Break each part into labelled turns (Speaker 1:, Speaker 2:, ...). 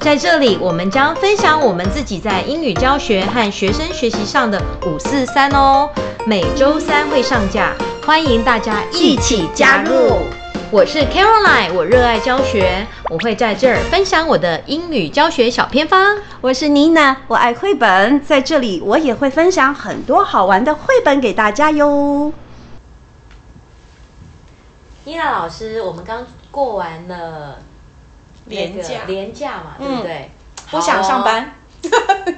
Speaker 1: 在这里，我们将分享我们自己在英语教学和学生学习上的五四三哦，每周三会上架，欢迎大家一起加入。我是 Caroline，我热爱教学，我会在这儿分享我的英语教学小偏方。
Speaker 2: 我是妮娜，我爱绘本，在这里我也会分享很多好玩的绘本给大家哟。
Speaker 1: 妮娜老师，我们刚过完了那个
Speaker 3: 廉价，
Speaker 1: 廉价嘛，对不对？哦
Speaker 3: 我嗯想上班。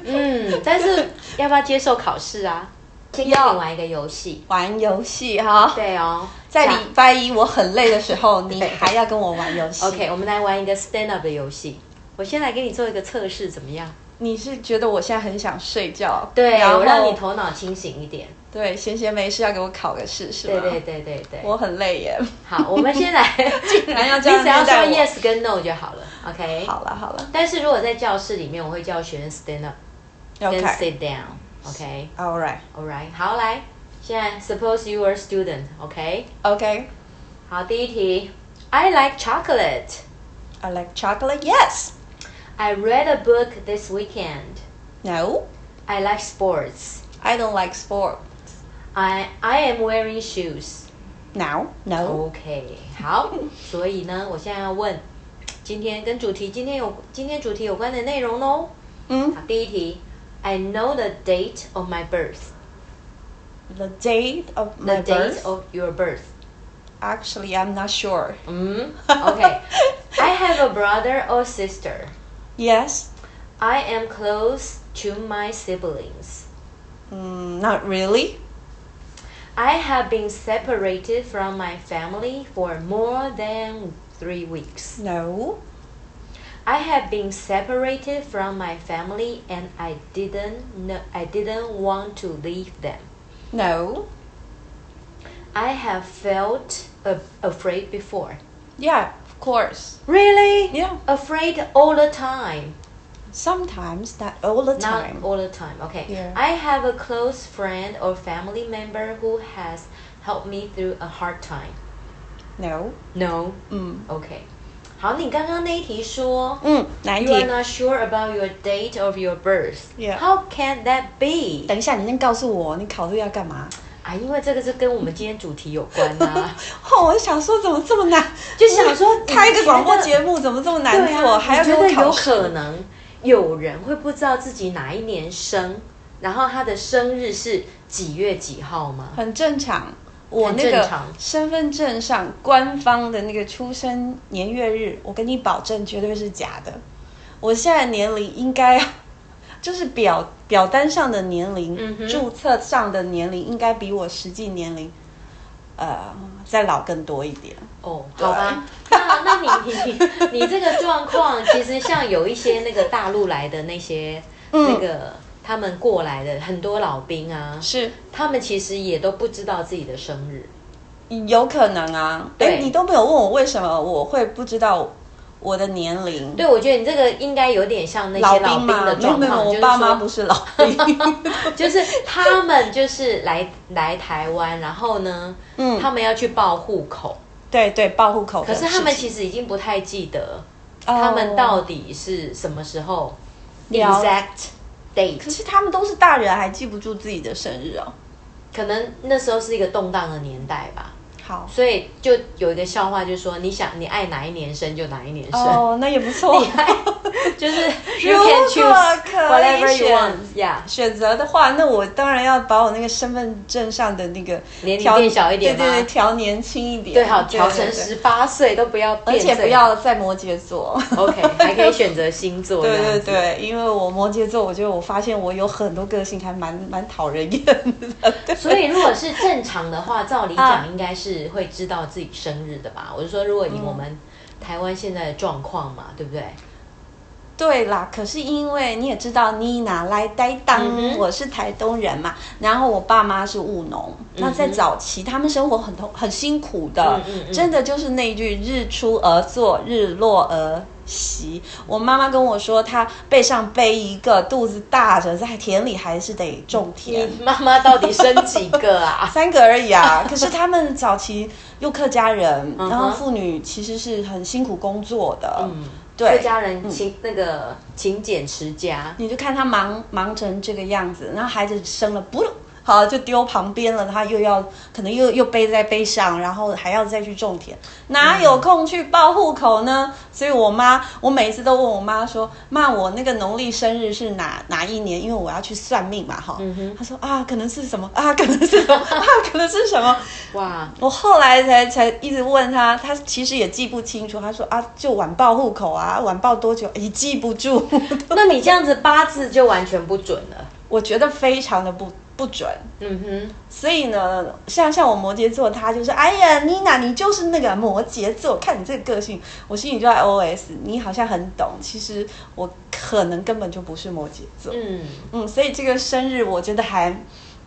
Speaker 1: 嗯，但是要不要接受考试 啊？先跟你玩一个游戏。
Speaker 3: 玩游戏哈，
Speaker 1: 对哦，
Speaker 3: 在
Speaker 1: 下
Speaker 3: 礼拜一我很累的时候，你还要跟我玩游戏。
Speaker 1: OK，我们来玩一个 stand up 的游戏。我先来给你做一个测试，怎么样？
Speaker 3: 你是觉得我现在很想睡觉，
Speaker 1: 对，
Speaker 3: 然后
Speaker 1: 我让你头脑清醒一点。
Speaker 3: 对闲闲没事要给我考个试是
Speaker 1: 对
Speaker 3: 吗？
Speaker 1: 对对对对。
Speaker 3: 我很累耶。
Speaker 1: 好，我们先来，
Speaker 3: 竟然要这样
Speaker 1: 你只要说
Speaker 3: 虐待我
Speaker 1: yes 跟 no 就 好了。OK。
Speaker 3: 好了好了
Speaker 1: 但是如果在教室里面，我会叫学生 stand up 跟
Speaker 3: ，OK，All
Speaker 1: sit down。OK。
Speaker 3: right，OK，、
Speaker 1: All right，好，来，现在 suppose you are a student。OK。
Speaker 3: OK，
Speaker 1: 好，第一题，I like chocolate。
Speaker 3: I like chocolate. Yes.
Speaker 1: I read a book this weekend.
Speaker 3: No.
Speaker 1: I like sports.
Speaker 3: I don't like sport.
Speaker 1: I I am wearing shoes.
Speaker 3: Now. No.
Speaker 1: OK，好，
Speaker 3: Oh.
Speaker 1: 所以呢，我现在要问，今天跟主题今天有今天主题有关的内容哦。
Speaker 3: 嗯
Speaker 1: 好，第一题，I know the date of my birth,
Speaker 3: The date of
Speaker 1: the
Speaker 3: my
Speaker 1: date
Speaker 3: birth.
Speaker 1: of your birth.
Speaker 3: Actually, I'm not sure. Mm.
Speaker 1: 嗯，OK。I have a brother or sister.
Speaker 3: Yes.
Speaker 1: I am close to my siblings.
Speaker 3: Mm, not really.
Speaker 1: I have been separated from my family for more than three weeks.
Speaker 3: No.
Speaker 1: I have been separated from my family and I didn't know, I didn't want to leave them.
Speaker 3: No.
Speaker 1: I have felt a- afraid before.
Speaker 3: Yeah, of course.
Speaker 1: Really?
Speaker 3: Yeah.
Speaker 1: Afraid all the time.
Speaker 3: Sometimes, not all the
Speaker 1: Not
Speaker 3: time.
Speaker 1: all the time. Okay.
Speaker 3: Yeah.
Speaker 1: I have a close friend or family member who has helped me through a hard time.
Speaker 3: No.
Speaker 1: No.
Speaker 3: 嗯
Speaker 1: Okay. 好，你刚刚那一题说
Speaker 3: 嗯，哪一
Speaker 1: you are
Speaker 3: 题？
Speaker 1: not sure about your date of your birth.
Speaker 3: Yeah.
Speaker 1: How can that be?
Speaker 3: 等一下，你先告诉我，你考虑要干嘛？
Speaker 1: 啊，因为这个是跟我们今天主题有关 啊，
Speaker 3: 哦，我想说怎么这么难，
Speaker 1: 就想说
Speaker 3: 嗯 开一个广播
Speaker 1: 你觉
Speaker 3: 节
Speaker 1: 得
Speaker 3: 目怎么这么难
Speaker 1: 对
Speaker 3: 做，
Speaker 1: 啊，
Speaker 3: 还要
Speaker 1: 你
Speaker 3: 给
Speaker 1: 觉得
Speaker 3: 我
Speaker 1: 有
Speaker 3: 考试？
Speaker 1: 可能有人会不知道自己哪一年生，然后他的生日是几月几号吗？
Speaker 3: 很正常。我
Speaker 1: 很
Speaker 3: 那
Speaker 1: 正
Speaker 3: 个
Speaker 1: 常
Speaker 3: 身份证上官方的那个出生年月日，我跟你保证绝对是假的。我现在年龄应该 就是表表单上的年龄、
Speaker 1: 嗯哼
Speaker 3: 注册上的年龄，应该比我实际年龄呃再老更多一点。
Speaker 1: 哦，好 吧，那那你你你这个状况，其实像有一些那个大陆来的那些、
Speaker 3: 嗯
Speaker 1: 那个他们过来的很多老兵啊，
Speaker 3: 是
Speaker 1: 他们其实也都不知道自己的生日。
Speaker 3: 有可能啊，
Speaker 1: 对
Speaker 3: 哎，你都没有问我为什么我会不知道我的年龄。
Speaker 1: 对，我觉得你这个应该有点像那
Speaker 3: 老
Speaker 1: 些
Speaker 3: 兵
Speaker 1: 老兵
Speaker 3: 嘛，
Speaker 1: 的
Speaker 3: 没有
Speaker 1: 状
Speaker 3: 没有，
Speaker 1: 况，就
Speaker 3: 我
Speaker 1: 是
Speaker 3: 爸妈不
Speaker 1: 说，
Speaker 3: 是老 兵。
Speaker 1: 就是他们就是来来台湾，然后呢，
Speaker 3: 嗯
Speaker 1: 他们要去报户口，
Speaker 3: 对对，报户口的
Speaker 1: 可
Speaker 3: 事
Speaker 1: 是
Speaker 3: 情。
Speaker 1: 他们其实已经不太记得
Speaker 3: 哦
Speaker 1: 他们到底是什么时候
Speaker 3: 了
Speaker 1: exact
Speaker 3: 可
Speaker 1: date，
Speaker 3: 是他们都是大人，还记不住自己的生日哦。
Speaker 1: 可能那时候是一个动荡的年代吧，
Speaker 3: 好
Speaker 1: 所以就有一个笑话，就是说你想你爱哪一年生就哪一年生。
Speaker 3: 哦，那也不错。
Speaker 1: 就是 you
Speaker 3: 如果
Speaker 1: can choose
Speaker 3: 可以
Speaker 1: whatever you
Speaker 3: 选
Speaker 1: want，yeah，
Speaker 3: 选择的话，那我当然要把我那个身份证上的那个
Speaker 1: 年龄
Speaker 3: 调
Speaker 1: 变小一点
Speaker 3: 对对对，
Speaker 1: 吗
Speaker 3: 调年轻一点，
Speaker 1: 最好调成
Speaker 3: 对对对
Speaker 1: 十八岁都不要变，
Speaker 3: 而且不要再摩羯座。
Speaker 1: OK，还可以选择星 座。这
Speaker 3: 对
Speaker 1: 样
Speaker 3: 对
Speaker 1: 子。
Speaker 3: 对，因为我摩羯座，我觉得我发现我有很多个性还蛮蛮讨人厌的。对
Speaker 1: 所以如果是正常的话，照理
Speaker 3: 啊
Speaker 1: 讲应该是会知道自己生日的吧？我是说，如果以我
Speaker 3: 嗯
Speaker 1: 们台湾现在的状况嘛，对不对？
Speaker 3: 对啦，可是因为你也知道，妮娜来呆当，
Speaker 1: 嗯哼
Speaker 3: 我是台东人嘛，然后我爸妈是务农，那在早期他们生活很痛很辛苦的，
Speaker 1: 嗯嗯嗯嗯
Speaker 3: 真的就是那一句“日出而作，日落而席。我妈妈跟我说，她背上背一个，肚子大着，在田里还是得种田。
Speaker 1: 你妈妈到底生几个啊？
Speaker 3: 三个而 已啊！可是他们早期又客家人，然后妇女其实是很辛苦工作的。
Speaker 1: 嗯，
Speaker 3: 对，
Speaker 1: 客家人勤、那个勤俭持家，
Speaker 3: 你就看他忙忙成这个样子，然后孩子生了，不好就丢旁边了，他又要可能又又背在背上，然后还要再去种田，哪有空去报户口呢？所以我妈，我每一次都问我妈说：“妈，我那个农历生日是哪哪一年？因为我要去算命嘛，哈。她说：“啊，可能是什么啊，可能是什么 啊，可能是什么。”
Speaker 1: 哇，
Speaker 3: 我后来才才一直问他，他其实也记不清楚。他说啊，就晚报户口啊，晚报多久也记不住。
Speaker 1: 那你这样子八字就完全不准了。
Speaker 3: 我觉得非常的不不准。
Speaker 1: 嗯哼，
Speaker 3: 所以呢，像像我摩羯座，他就是哎呀，妮娜，你就是那个摩羯座，看你这个个性，我心里就在 OS，你好像很懂，其实我可能根本就不是摩羯座。
Speaker 1: 嗯，
Speaker 3: 嗯，所以这个生日我觉得还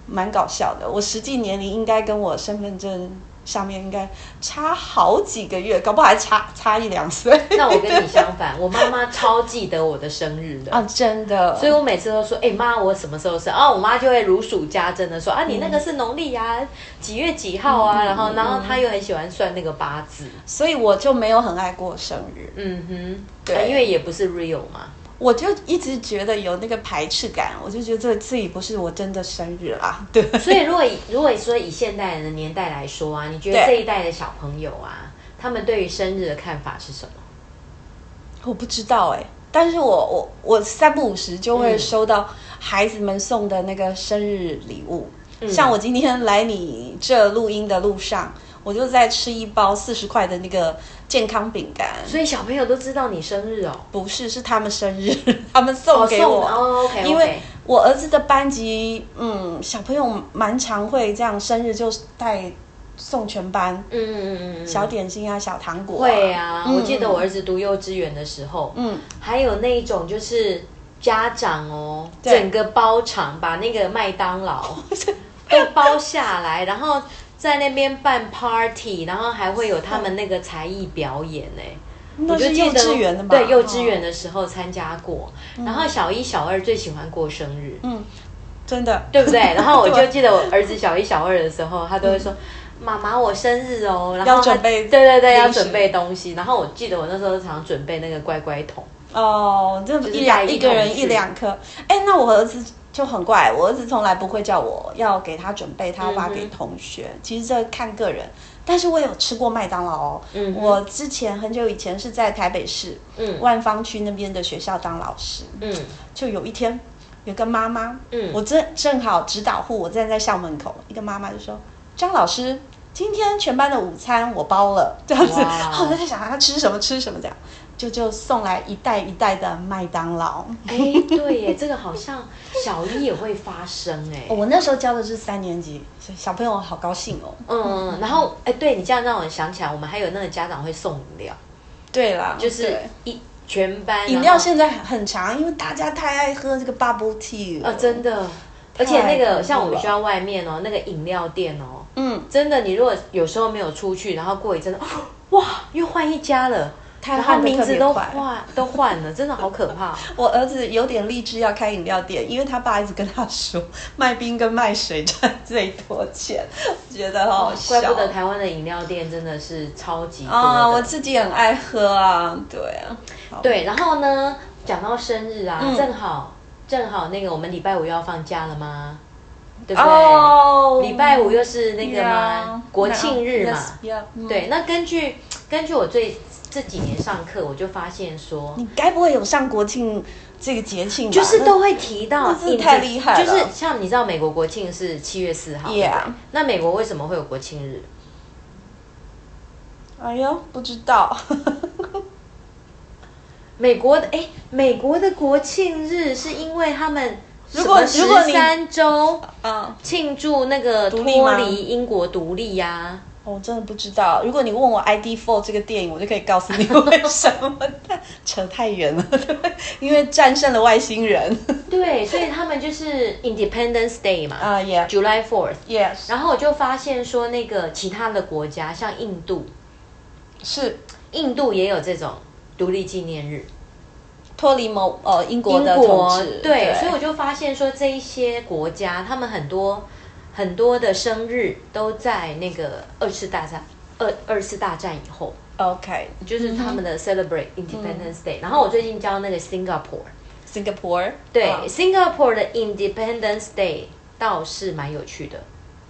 Speaker 3: 蛮搞笑的。我实际年龄应该跟我身份证上面应该差好几个月，搞不好还差差一两岁
Speaker 1: 那我跟你相反， 我妈妈超记得我的生日哦的。
Speaker 3: 啊！真的，
Speaker 1: 所以我每次都说，哎、妈，我什么时候生？哦，我妈就会如数家珍的说，啊，你那个是农历啊，几月几号啊，然后，然后她又很喜欢算那个八字，
Speaker 3: 所以我就没有很爱过生日，
Speaker 1: 嗯哼，
Speaker 3: 对
Speaker 1: 啊因为也不是 real 嘛，
Speaker 3: 我就一直觉得有那个排斥感，我就觉得自己不是我真的生日啦。 对，
Speaker 1: 所以如果以如果说以现代人的年代来说啊，你觉得
Speaker 3: 对
Speaker 1: 这一代的小朋友啊，他们对于生日的看法是什么？
Speaker 3: 我不知道哎、但是我我我三不五时就会
Speaker 1: 嗯
Speaker 3: 收到孩子们送的那个生日礼物，像我今天来你这录音的路上，我就在吃一包四十块的那个健康饼干，
Speaker 1: 所以小朋友都知道你生日哦，
Speaker 3: 不是是他们生日， 他们送给我，
Speaker 1: 哦，OK，
Speaker 3: 因为我儿子的班级，嗯，小朋友蛮常会这样，生日就带送全班。
Speaker 1: 嗯嗯嗯嗯，
Speaker 3: 小点心啊，小糖果、
Speaker 1: 会啊，
Speaker 3: 嗯
Speaker 1: 我记得我儿子读幼稚园的时候，
Speaker 3: 嗯，
Speaker 1: 还有那一种就是家长哦，
Speaker 3: 对
Speaker 1: 整个包场把那个麦当 劳都包下来，然后在那边办 party，然后还会有他们那个才艺表演呢、
Speaker 3: 那是 幼稚园的嘛，
Speaker 1: 对，幼稚
Speaker 3: 哦
Speaker 1: 园的时候参加过，然后小一、小二最喜欢过生日，
Speaker 3: 嗯，真的，
Speaker 1: 对不对？然后我就
Speaker 3: 对
Speaker 1: 记得我儿子小一、小二的时候，他都会说：“妈妈，我生日哦。”然后
Speaker 3: 嗯要
Speaker 1: 他
Speaker 3: 准备
Speaker 1: 对对对，
Speaker 3: 零食
Speaker 1: 要准备东西。然后我记得我那时候常准备那个乖乖桶，
Speaker 3: 哦，这
Speaker 1: 就是
Speaker 3: 一两
Speaker 1: 带一
Speaker 3: 一个
Speaker 1: 桶
Speaker 3: 人
Speaker 1: 去
Speaker 3: 一两颗。哎，那我儿子就很怪，我儿子从来不会叫我要给他准备，他要发给
Speaker 1: 嗯哼
Speaker 3: 同学。其实这看个人，但是我有吃过麦当劳哦。
Speaker 1: 嗯哼
Speaker 3: 我之前很久以前是在台北市，
Speaker 1: 嗯
Speaker 3: 万芳区那边的学校当老师，
Speaker 1: 嗯
Speaker 3: 就有一天。有个妈妈，
Speaker 1: 嗯
Speaker 3: 我正正好指导户，我站在校门口，一个妈妈就说：“张老师，今天全班的午餐我包了。”这样子，
Speaker 1: 哇
Speaker 3: 然 后我在想他吃什么吃什么这样，就就送来一袋一袋的麦当劳。
Speaker 1: 哎，对耶，这 个好像小一也会发生哎。
Speaker 3: 哦我那时候教的是三年级，所以小朋友好高兴哦。
Speaker 1: 嗯，然后哎，对你这样让我想起来，我们还有那个家长会送饮料，
Speaker 3: 对啦，
Speaker 1: 就是
Speaker 3: 对
Speaker 1: 一全班
Speaker 3: 饮料
Speaker 1: 然后
Speaker 3: 现在很长，因为大家太爱喝这个 bubble tea 了。
Speaker 1: 啊，真的，而且那个像我们学校外面哦，那个饮料店哦，
Speaker 3: 嗯，
Speaker 1: 真的，你如果有时候没有出去，然后过一阵子，哦哇，又换一家了，
Speaker 3: 太
Speaker 1: 然后
Speaker 3: 换得
Speaker 1: 名
Speaker 3: 特
Speaker 1: 字
Speaker 3: 别
Speaker 1: 都
Speaker 3: 快
Speaker 1: 换都换了，真的好可 怕哦。
Speaker 3: 我儿子有点励志要开饮料店，因为他爸一直跟他说卖冰跟卖水赚最多钱，觉哦得好好笑。
Speaker 1: 怪不得台湾的饮料店真的是超级多的。
Speaker 3: 啊、我自己很爱喝啊，对啊，好
Speaker 1: 对，然后呢，讲到生日啊，
Speaker 3: 嗯
Speaker 1: 正好正好那个我们礼拜五又要放假了吗？对不对？
Speaker 3: 哦，
Speaker 1: 礼拜五又是那个嘛
Speaker 3: Yeah，
Speaker 1: 国庆日嘛。
Speaker 3: 那 yes，yeah，嗯
Speaker 1: 对，那根据根据我最这几年上课，我就发现说，
Speaker 3: 你该不会有上国庆这个节庆吧？
Speaker 1: 就是都会提到
Speaker 3: 那，真的太厉害了
Speaker 1: 就是像你知道，美国国庆是七月四号
Speaker 3: Yeah
Speaker 1: 对不对那美国为什么会有国庆日？
Speaker 3: 那哎呦，不知 道，
Speaker 1: 美国的哎，美国的国庆日是因为他们
Speaker 3: 如果
Speaker 1: 十
Speaker 3: 如果你
Speaker 1: 三周
Speaker 3: 啊，
Speaker 1: 庆祝那个
Speaker 3: 独立吗
Speaker 1: 脱离英国独立呀、
Speaker 3: 哦我真的不知道。如果你问我《ID Four》这个电影，我就可以告诉你为什么，但扯太远了， 对因为战胜了外 星人
Speaker 1: 对，所以他们就是 Independence Day 嘛、
Speaker 3: 啊也
Speaker 1: j u l y Fourth。
Speaker 3: Yes，
Speaker 1: 然后我就发现说，那个其他的国家像印度，
Speaker 3: 是
Speaker 1: 印度也有这种独立纪念日，
Speaker 3: 脱离某呃英国的
Speaker 1: 英国
Speaker 3: 统治，
Speaker 1: 对，所以我就发现说这一些国家，他们很多很多的生日都在那个二次大战二二次大战以后，
Speaker 3: OK
Speaker 1: 就是他们的 celebrate Independence Day、然后我最近教那个 Singapore，
Speaker 3: Singapore
Speaker 1: 对、
Speaker 3: 嗯
Speaker 1: Singapore 的 Independence Day 倒是蛮有趣的。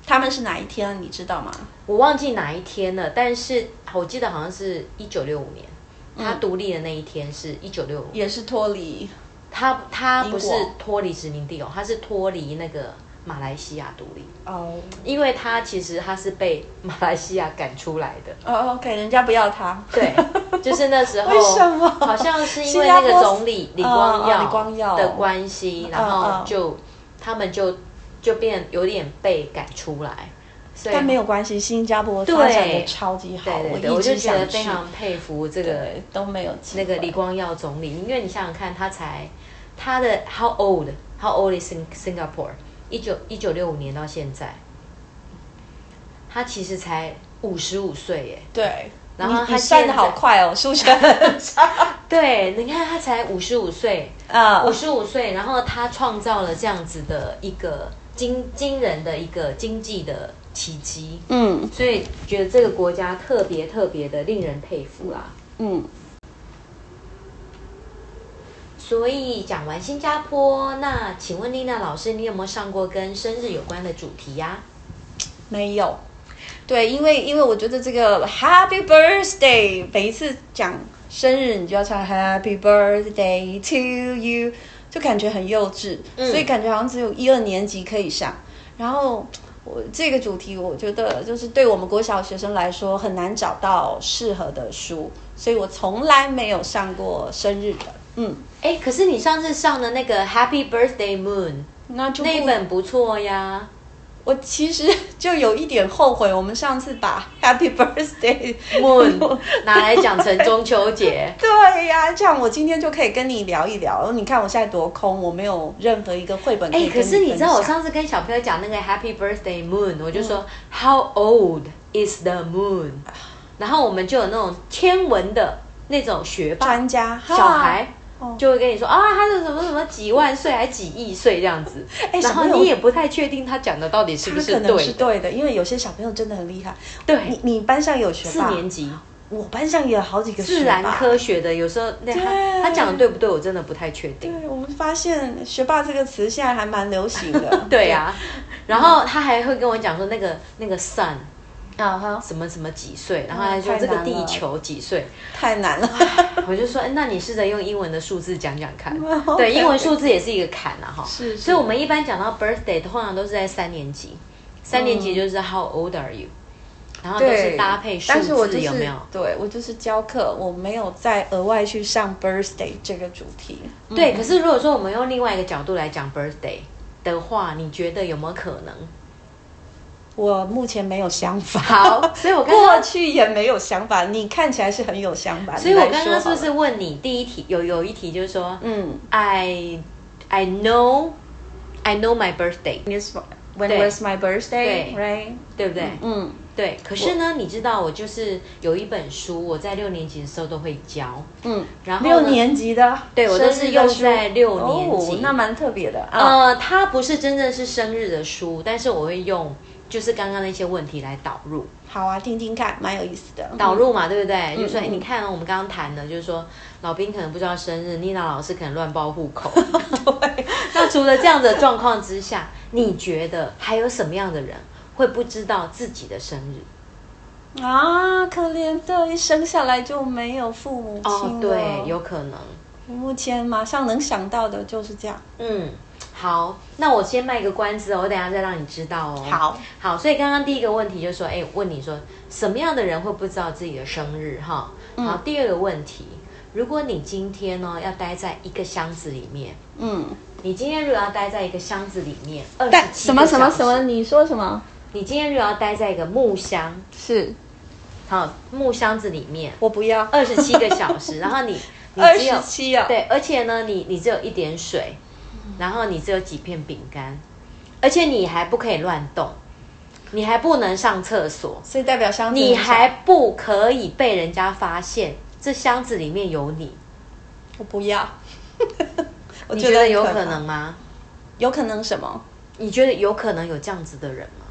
Speaker 3: 他们是哪一天你知道吗？
Speaker 1: 我忘记哪一天了，但是我记得好像是一九六五年，他独立的那一天是一九六五，
Speaker 3: 也是脱离
Speaker 1: 他他不是
Speaker 3: 英国
Speaker 1: 脱离殖民地哦，他是脱离那个马来西亚独立，
Speaker 3: 哦
Speaker 1: 因为他其实他是被马来西亚赶出来 的。
Speaker 3: 哦 OK，人家不要他，
Speaker 1: 对，就是那时候，
Speaker 3: 为什么
Speaker 1: 好像是因为那
Speaker 3: 新
Speaker 1: 个
Speaker 3: 加坡
Speaker 1: 总理李光
Speaker 3: 哦
Speaker 1: 耀
Speaker 3: 哦李光耀
Speaker 1: 的关系，然
Speaker 3: 嗯
Speaker 1: 后
Speaker 3: 嗯
Speaker 1: 就他们就就变有点被赶出来，所以
Speaker 3: 但没有关系，新加坡发展的超级好，
Speaker 1: 对对对，
Speaker 3: 我
Speaker 1: 我
Speaker 3: 一
Speaker 1: 就
Speaker 3: 直
Speaker 1: 觉
Speaker 3: 想
Speaker 1: 得
Speaker 3: 去
Speaker 1: 非常佩服这个
Speaker 3: 对都没有
Speaker 1: 那个李
Speaker 3: 理。
Speaker 1: 光耀总理，因为你想想看，他才他的 how old how old is Sing- Singapore？一九一九六五年到现在，他其实才五十五岁耶。
Speaker 3: 对，
Speaker 1: 然后
Speaker 3: 你
Speaker 1: 他
Speaker 3: 你算
Speaker 1: 现
Speaker 3: 的
Speaker 1: 在
Speaker 3: 好快哦，数 学很差
Speaker 1: 对，你看他才五十五岁，
Speaker 3: 啊
Speaker 1: 五。十五岁，然后他创造了这样子的一个惊惊人的一个经济的奇迹，
Speaker 2: 嗯
Speaker 1: 所以觉得这个国家特别特别的令人佩服啦、啊
Speaker 2: 嗯，
Speaker 1: 所以讲完新加坡，那请问丽娜老师，你有没有上过跟生日有关的主题呀、
Speaker 3: 没有。对，因为因为我觉得这个 Happy Birthday，每一次讲生日，你就要唱 Happy Birthday to you，就感觉很幼稚，
Speaker 1: 嗯
Speaker 3: 所以感觉好像只有一二年级可以上。然后我这个主题，我觉得就是对我们国小学生来说很难找到适合的书，所以我从来没有上过生日的。嗯，
Speaker 1: 哎，可是你上次上的那个 Happy Birthday Moon
Speaker 3: 那就不
Speaker 1: 那一本不错呀。
Speaker 3: 我其实就有一点后悔，我们上次把 Happy Birthday，
Speaker 1: Moon 拿来讲成中秋 节
Speaker 3: 对呀、这样我今天就可以跟你聊一聊。你看我现在多空，我没有任何一个绘本可以
Speaker 1: 哎，
Speaker 3: 跟
Speaker 1: 可是你知道我
Speaker 3: 分享
Speaker 1: 上次跟小朋友讲那个 Happy Birthday Moon，我就说、How old is the moon？然后我们就有那种天文的那种学霸
Speaker 3: 专家哈
Speaker 1: 小孩
Speaker 3: 哦
Speaker 1: 就会跟你说啊，他是什么什么几万岁还几亿岁这样子，
Speaker 3: 哎
Speaker 1: 然
Speaker 3: 小
Speaker 1: 后
Speaker 3: 朋友
Speaker 1: 你也不太确定他讲的到底是不
Speaker 3: 他
Speaker 1: 是
Speaker 3: 可能
Speaker 1: 对
Speaker 3: 是
Speaker 1: 的。
Speaker 3: 对的，因为有些小朋友真的很厉害。
Speaker 1: 对
Speaker 3: 你，你班上有学
Speaker 1: 四
Speaker 3: 霸，
Speaker 1: 年级
Speaker 3: 我班上也有好几个
Speaker 1: 自
Speaker 3: 学霸
Speaker 1: 然科。学的，有时候那
Speaker 3: 对
Speaker 1: 他他讲的对不对，我真的不太确定。。
Speaker 3: 对，我们发现“学霸”这个词现在还蛮流行的
Speaker 1: 对呀、然后他还会跟我讲说那个那个 sun
Speaker 3: 对，啊哈，
Speaker 1: 什么什么几岁，然后
Speaker 3: 嗯
Speaker 1: 还说
Speaker 3: 太
Speaker 1: 这个
Speaker 3: 难
Speaker 1: 地
Speaker 3: 了
Speaker 1: 球几岁，
Speaker 3: 太难了。
Speaker 1: 我就说，哎那你试着用英文的数字讲讲 看。
Speaker 3: OK
Speaker 1: 对，英文数字也是一个坎啊，哈。
Speaker 3: 是是
Speaker 1: 所以我们一般讲到 birthday，通常都是在三年级。三年级就是 How old are you？然后都是搭配数
Speaker 3: 但是我就
Speaker 1: 字，
Speaker 3: 是
Speaker 1: 有没有？
Speaker 3: 对我就是教课，我没有再额外去上 birthday 这个主题。
Speaker 1: 对，嗯可是如果说我们用另外一个角度来讲 birthday 的话，你觉得有没有可能？
Speaker 3: 我目前没有想法。
Speaker 1: 好所以我刚刚
Speaker 3: 过去也没有想法。你看起来是很有想法，
Speaker 1: 所以我刚
Speaker 3: 你
Speaker 1: 刚
Speaker 3: 来
Speaker 1: 是
Speaker 3: 说好
Speaker 1: 不
Speaker 3: 了
Speaker 1: 是问你第一题有有一题就是说，
Speaker 3: 嗯
Speaker 1: i I know I know my birthday，
Speaker 3: ？Yes, when
Speaker 1: 对
Speaker 3: was my birthday?
Speaker 1: 对
Speaker 3: Right?
Speaker 1: 对不对？
Speaker 3: 嗯，
Speaker 1: 对，可是呢，你知道我就是有一本书，我在六年级的时候都会教，
Speaker 3: 嗯，
Speaker 1: 然后呢
Speaker 3: 六年级的，
Speaker 1: 对我都是
Speaker 3: 生日的
Speaker 1: 用
Speaker 3: 书
Speaker 1: 在六年级
Speaker 3: 哦那蛮特别的啊。
Speaker 1: 呃，它不是真正是生日的书，但是我会用就是刚刚那些问题来导入
Speaker 3: 好啊，听听看，蛮有意思的。
Speaker 1: 导入嘛，对不对？就是说，
Speaker 3: 嗯
Speaker 1: 哎你看我们刚刚谈的，就是说老兵可能不知道生日，妮娜老师可能乱报户口。
Speaker 3: 对，
Speaker 1: 那除了这样的状况之下，你觉得还有什么样的人会不知道自己的生日？
Speaker 3: 啊，可怜的，一生下来就没有父母亲
Speaker 1: 哦，
Speaker 3: 了
Speaker 1: 对，有可能。
Speaker 3: 目前马上能想到的就是这样。
Speaker 1: 嗯，好，那我先卖个关子哦，我等一下再让你知道哦。
Speaker 3: 好，
Speaker 1: 好，所以刚刚第一个问题就是说，哎，问你说什么样的人会不知道自己的生日哈？
Speaker 3: 嗯
Speaker 1: 好，第二个问题，如果你今天呢要待在一个箱子里面，
Speaker 3: 嗯，
Speaker 1: 你今天如果要待在一个箱子里面，二十
Speaker 3: 但
Speaker 1: 七
Speaker 3: 什么什么什么，，你说什么？
Speaker 1: 你今天如果要待在一个木箱，
Speaker 3: 是
Speaker 1: 好，木箱子里面
Speaker 3: 我不要
Speaker 1: 二十七个小时，然后你你
Speaker 3: 二
Speaker 1: 只有
Speaker 3: 十七啊，
Speaker 1: 对，而且呢，你你只有一点水，
Speaker 3: 嗯
Speaker 1: 然后你只有几片饼干，而且你还不可以乱动，你还不能上厕所，
Speaker 3: 所以代表相
Speaker 1: 你还不可以被人家发现这箱子里面有你，
Speaker 3: 我 不要。我
Speaker 1: 你觉得
Speaker 3: 很
Speaker 1: 有
Speaker 3: 可
Speaker 1: 可能？吗？
Speaker 3: 有可能什么？
Speaker 1: 你觉得有可能有这样子的人吗？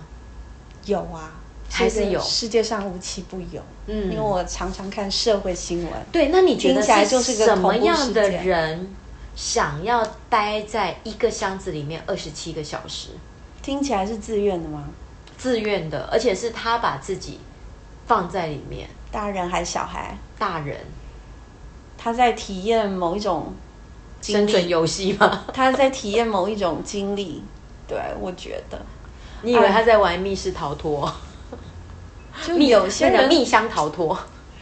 Speaker 3: 有啊，
Speaker 1: 还是有
Speaker 3: 世界上无奇不有。
Speaker 1: 嗯
Speaker 3: 因为我常常看社会新闻，
Speaker 1: 对，那你觉得
Speaker 3: 听起来就是个
Speaker 1: 什么
Speaker 3: 恐怖
Speaker 1: 样
Speaker 3: 事
Speaker 1: 的
Speaker 3: 件
Speaker 1: 人想要待在一个箱子里面二十七个小时？
Speaker 3: 听起来是自愿的吗？
Speaker 1: 自愿的，而且是他把自己放在里面，
Speaker 3: 大人还小孩，
Speaker 1: 大人
Speaker 3: 他在体验某一种
Speaker 1: 生
Speaker 3: 经
Speaker 1: 存
Speaker 3: 历，
Speaker 1: 游戏 吗？
Speaker 3: 他在体验某一种经历。对，我觉得
Speaker 1: 你以为他在玩密室逃脱？
Speaker 3: 就
Speaker 1: 密
Speaker 3: 有些
Speaker 1: 那个
Speaker 3: 人
Speaker 1: 密箱逃脱，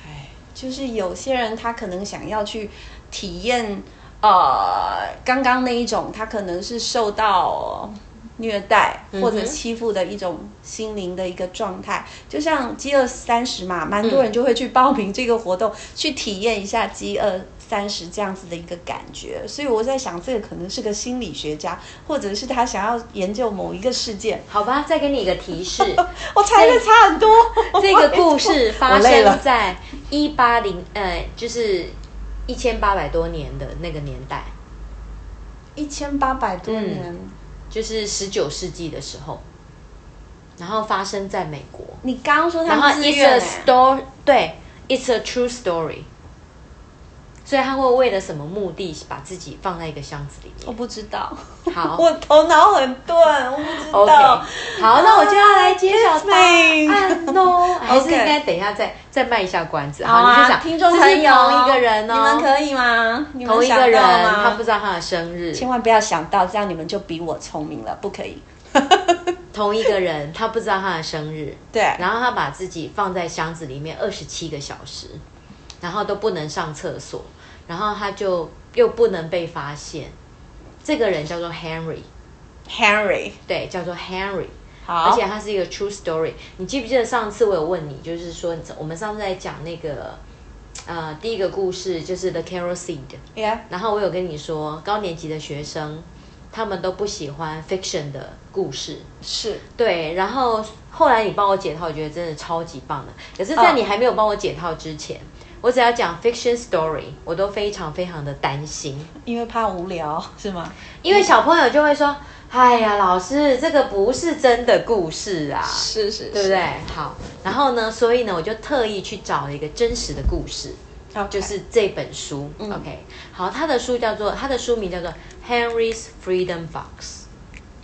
Speaker 3: 哎，就是有些人他可能想要去体验，呃，刚刚那一种，他可能是受到虐待
Speaker 1: 嗯哼
Speaker 3: 或者欺负的一种心灵的一个状态。就像饥饿三十嘛，蛮多人就会去报名这个活
Speaker 1: 嗯
Speaker 3: 动，去体验一下饥饿。三十这样子的一个感觉，所以我在想，这个可能是个心理学家，或者是他想要研究某一个事件。
Speaker 1: 好吧，再给你一个提 示，
Speaker 3: 我猜的差很多。
Speaker 1: 这个故事发
Speaker 3: 我累
Speaker 1: 生
Speaker 3: 了
Speaker 1: 在一八零呃，就是一千八百多年的那个年代，
Speaker 3: 一千八百多年，
Speaker 1: 嗯就是十九世纪的时候，然后发生在美国，
Speaker 3: 你刚刚说他
Speaker 1: 然后
Speaker 3: 们自
Speaker 1: it's
Speaker 3: 愿、
Speaker 1: a
Speaker 3: 欸
Speaker 1: story，对，it's a true story。所以他会为了什么目的把自己放在一个箱子里
Speaker 3: 我
Speaker 1: 面？
Speaker 3: 不知道，
Speaker 1: 好
Speaker 3: 我头脑很钝，我不知
Speaker 1: OK，
Speaker 3: 道。
Speaker 1: 好，那我就要来揭晓答案
Speaker 3: Kiss
Speaker 1: 喽。 还是
Speaker 3: OK
Speaker 1: 应该等一下再再卖一下关子。
Speaker 3: 好
Speaker 1: 你就
Speaker 3: 啊，
Speaker 1: 想
Speaker 3: 听众
Speaker 1: 这
Speaker 3: 朋
Speaker 1: 是
Speaker 3: 友，
Speaker 1: 同一个人哦，
Speaker 3: 你们可以吗？你们
Speaker 1: 同一
Speaker 3: 想到
Speaker 1: 个人，
Speaker 3: 吗
Speaker 1: 他不知道他的生日，
Speaker 3: 千万不要想到，这样你们就比我聪明了，不可以。
Speaker 1: 同一个人，他不知道他的生日，
Speaker 3: 对，
Speaker 1: 然后他把自己放在箱子里面二十七个小时，然后都不能上厕所，然后他就又不能被发现。这个人叫做 Henry，
Speaker 3: Henry，
Speaker 1: 对，叫做 Henry。
Speaker 3: 好，
Speaker 1: 而且它是一个 true story。你记不记得上次我有问你，就是说我们上次在讲那个呃第一个故事就是 The Carol Seed，
Speaker 3: yeah，
Speaker 1: 然后我有跟你说高年级的学生他们都不喜欢 fiction 的故事，
Speaker 3: 是
Speaker 1: 对。然后后来你帮我解套，我觉得真的超级棒的。可是，在
Speaker 3: 哦
Speaker 1: 你还没有帮我解套之前。我只要讲 fiction story，我都非常非常的担心，
Speaker 3: 因为怕无聊是吗？
Speaker 1: 因为小朋友就会说：“哎呀，老师，这个不是真的故事啊。”
Speaker 3: 是是，
Speaker 1: 对不对？好，然后呢，所以呢，我就特意去找了一个真实的故事，
Speaker 3: o
Speaker 1: 就是这本书。OK，好，
Speaker 3: 嗯
Speaker 1: 他的书叫做他的书名叫做《Henry's Freedom Box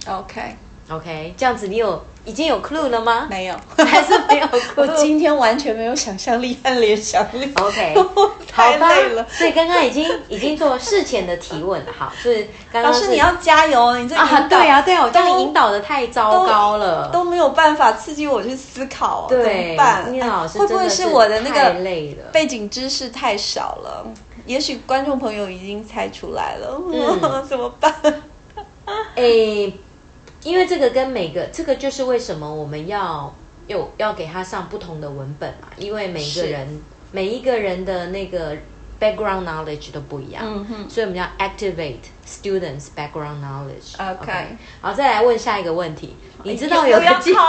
Speaker 3: OK，》。
Speaker 1: OK，这样子你有已经有 clue 了吗？
Speaker 3: 没有，
Speaker 1: 还是没有
Speaker 3: 我
Speaker 1: clue？
Speaker 3: 今天完全没有想象力和联想力。
Speaker 1: OK，
Speaker 3: 太
Speaker 1: 好吧
Speaker 3: 累了。，
Speaker 1: 所以刚刚已经已经做事前的提问了，好，就是刚
Speaker 3: 老
Speaker 1: 刚
Speaker 3: 师
Speaker 1: 是
Speaker 3: 你要加油，哦你这
Speaker 1: 啊，
Speaker 3: 引导
Speaker 1: 对啊，对啊，我将
Speaker 3: 都
Speaker 1: 你引导的太糟糕了，
Speaker 3: 都没有办法刺激我去思考，怎
Speaker 1: 对
Speaker 3: 么，办？
Speaker 1: 聂老师
Speaker 3: 会不
Speaker 1: 真
Speaker 3: 会
Speaker 1: 是
Speaker 3: 我的那
Speaker 1: 太
Speaker 3: 个
Speaker 1: 累了？
Speaker 3: 背景知识太少了？也许观众朋友已经猜出来了，
Speaker 1: 嗯
Speaker 3: 怎么办？
Speaker 1: 诶、哎因为这个跟每个，这个就是为什么我们要有要给他上不同的文本嘛，因为每一个
Speaker 3: 是
Speaker 1: 人每一个人的那个 background knowledge 都不一样，
Speaker 3: 嗯哼
Speaker 1: 所以我们要 activate students background knowledge。
Speaker 3: OK 哎
Speaker 1: 好，再来问下一个问题，你知道有
Speaker 3: 又要
Speaker 1: 个机
Speaker 3: 考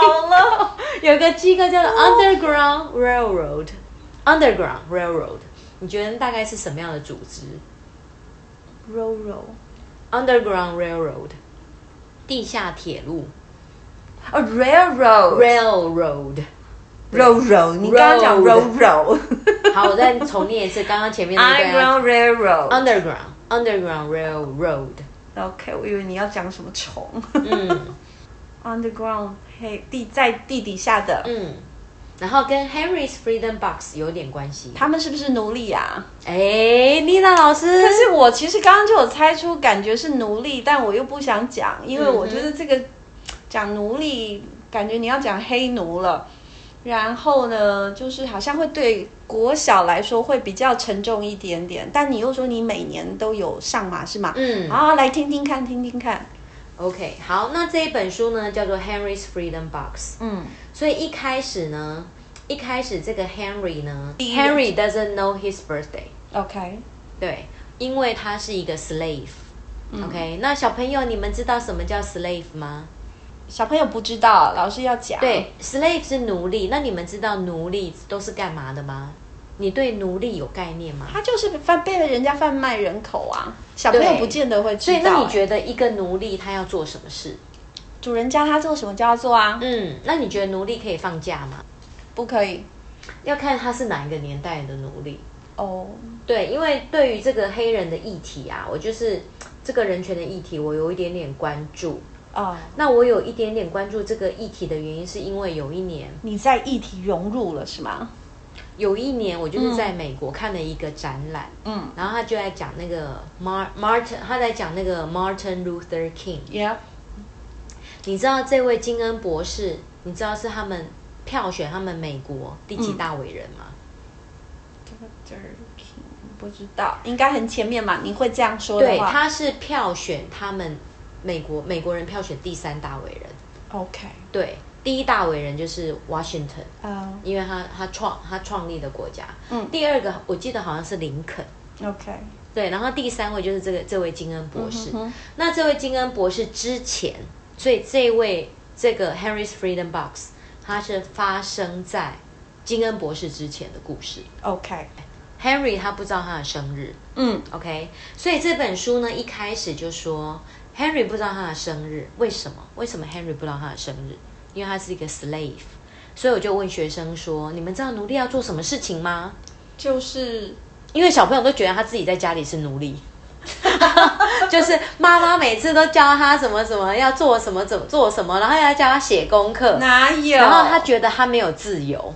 Speaker 3: 了，哦
Speaker 1: 有个机构叫做 Underground Railroad，Underground Railroad，你觉得大概是什么样的组织？
Speaker 3: 肉肉
Speaker 1: Underground Railroad，地下铁路
Speaker 3: 啊，railroad
Speaker 1: Railroad。
Speaker 3: 肉肉，你刚刚讲肉肉
Speaker 1: 好，我再重念一次刚刚前面 那个啊
Speaker 3: ，underground railroad。
Speaker 1: Underground Underground Railroad。
Speaker 3: OK，我以为你要讲什么虫
Speaker 1: 嗯
Speaker 3: ，underground 黑地在地底下的，
Speaker 1: 嗯，然后跟 Henry's Freedom Box 有点关系。
Speaker 3: 他们是不是奴隶啊？
Speaker 1: 哎，妮娜老师，
Speaker 3: 但是我其实刚刚就有猜出，感觉是奴隶，但我又不想讲，因为
Speaker 1: 嗯哼
Speaker 3: 我觉得这个讲奴隶，感觉你要讲黑奴了。然后呢，就是好像会对国小来说会比较沉重一点点，但你又说你每年都有上马是吗？
Speaker 1: 嗯
Speaker 3: 好，来听听看，听听看。
Speaker 1: OK，好，那这一本书呢叫做 Henry's Freedom Box。
Speaker 3: 嗯，
Speaker 1: 所以一开始呢，一开始这个 Henry 呢
Speaker 3: 第一个
Speaker 1: ，Henry doesn't know his birthday。
Speaker 3: OK，
Speaker 1: 对，因为他是一个 slave、OK，那
Speaker 3: 嗯
Speaker 1: 小朋友，你们知道什么叫 slave 吗？
Speaker 3: 小朋友不知道，老师要讲。
Speaker 1: 对，，slave 是奴隶。那你们知道奴隶都是干嘛的吗？你对奴隶有概念吗？
Speaker 3: 他就是贩被人家贩卖人口啊，小朋友
Speaker 1: 对
Speaker 3: 不见得会知
Speaker 1: 所
Speaker 3: 道、欸
Speaker 1: 以，那你
Speaker 3: 得
Speaker 1: 觉得一个奴隶他要做什么事？
Speaker 3: 主人家他做什么就要做啊？
Speaker 1: 嗯，那你觉得奴隶可以放假吗？
Speaker 3: 不可以
Speaker 1: 要看他是哪一个年代的奴隶。
Speaker 3: 哦。
Speaker 1: 对，因为对于这个黑人的议题啊，我就是这个人权的议题，我有一点点关注。
Speaker 3: 啊、
Speaker 1: 那我有一点点关注这个议题的原因，是因为有一年，
Speaker 2: 你在议题融入了是吗？
Speaker 1: 有一年我就是在美国看了一个展览，
Speaker 3: 嗯
Speaker 1: 然后他就在讲那个 Mar Martin，他在讲那个 Martin Luther King。
Speaker 3: ，Yeah，
Speaker 1: 你知道这位金恩博士，你知道是他们票选他们美国第几大伟人吗？
Speaker 3: 嗯不知道，应该很前面嘛。你会这样说的
Speaker 1: 对，
Speaker 3: 话
Speaker 1: 他是票选他们美国美国人票选第三大伟人。
Speaker 3: ，OK，
Speaker 1: 对，第一大伟人就是 Washington，
Speaker 3: 啊、
Speaker 1: 因为他他创他创立的国家。
Speaker 3: 嗯
Speaker 1: 第二个我记得好像是林肯。
Speaker 3: o k
Speaker 1: 对，然后第三位就是这个这位金恩博士。
Speaker 3: 嗯嗯哼
Speaker 1: 那这位金恩博士之前，所以这位这个 Henry's Freedom Box，它是发生在金恩博士之前的故事。
Speaker 3: OK，
Speaker 1: Henry 他不知道他的生日
Speaker 3: 嗯
Speaker 1: ，OK，所以这本书呢一开始就说 Henry 不知道他的生日，为什么？为什么 Henry 不知道他的生日？因为他是一个 slave，所以我就问学生说：你们知道奴隶要做什么事情吗？
Speaker 3: 就是
Speaker 1: 因为小朋友都觉得他自己在家里是奴隶， 就是妈妈每次都教他什么什么要做什么怎么做什么，然后要教他写功课，
Speaker 3: 哪有？
Speaker 1: 然后他觉得他没有自由。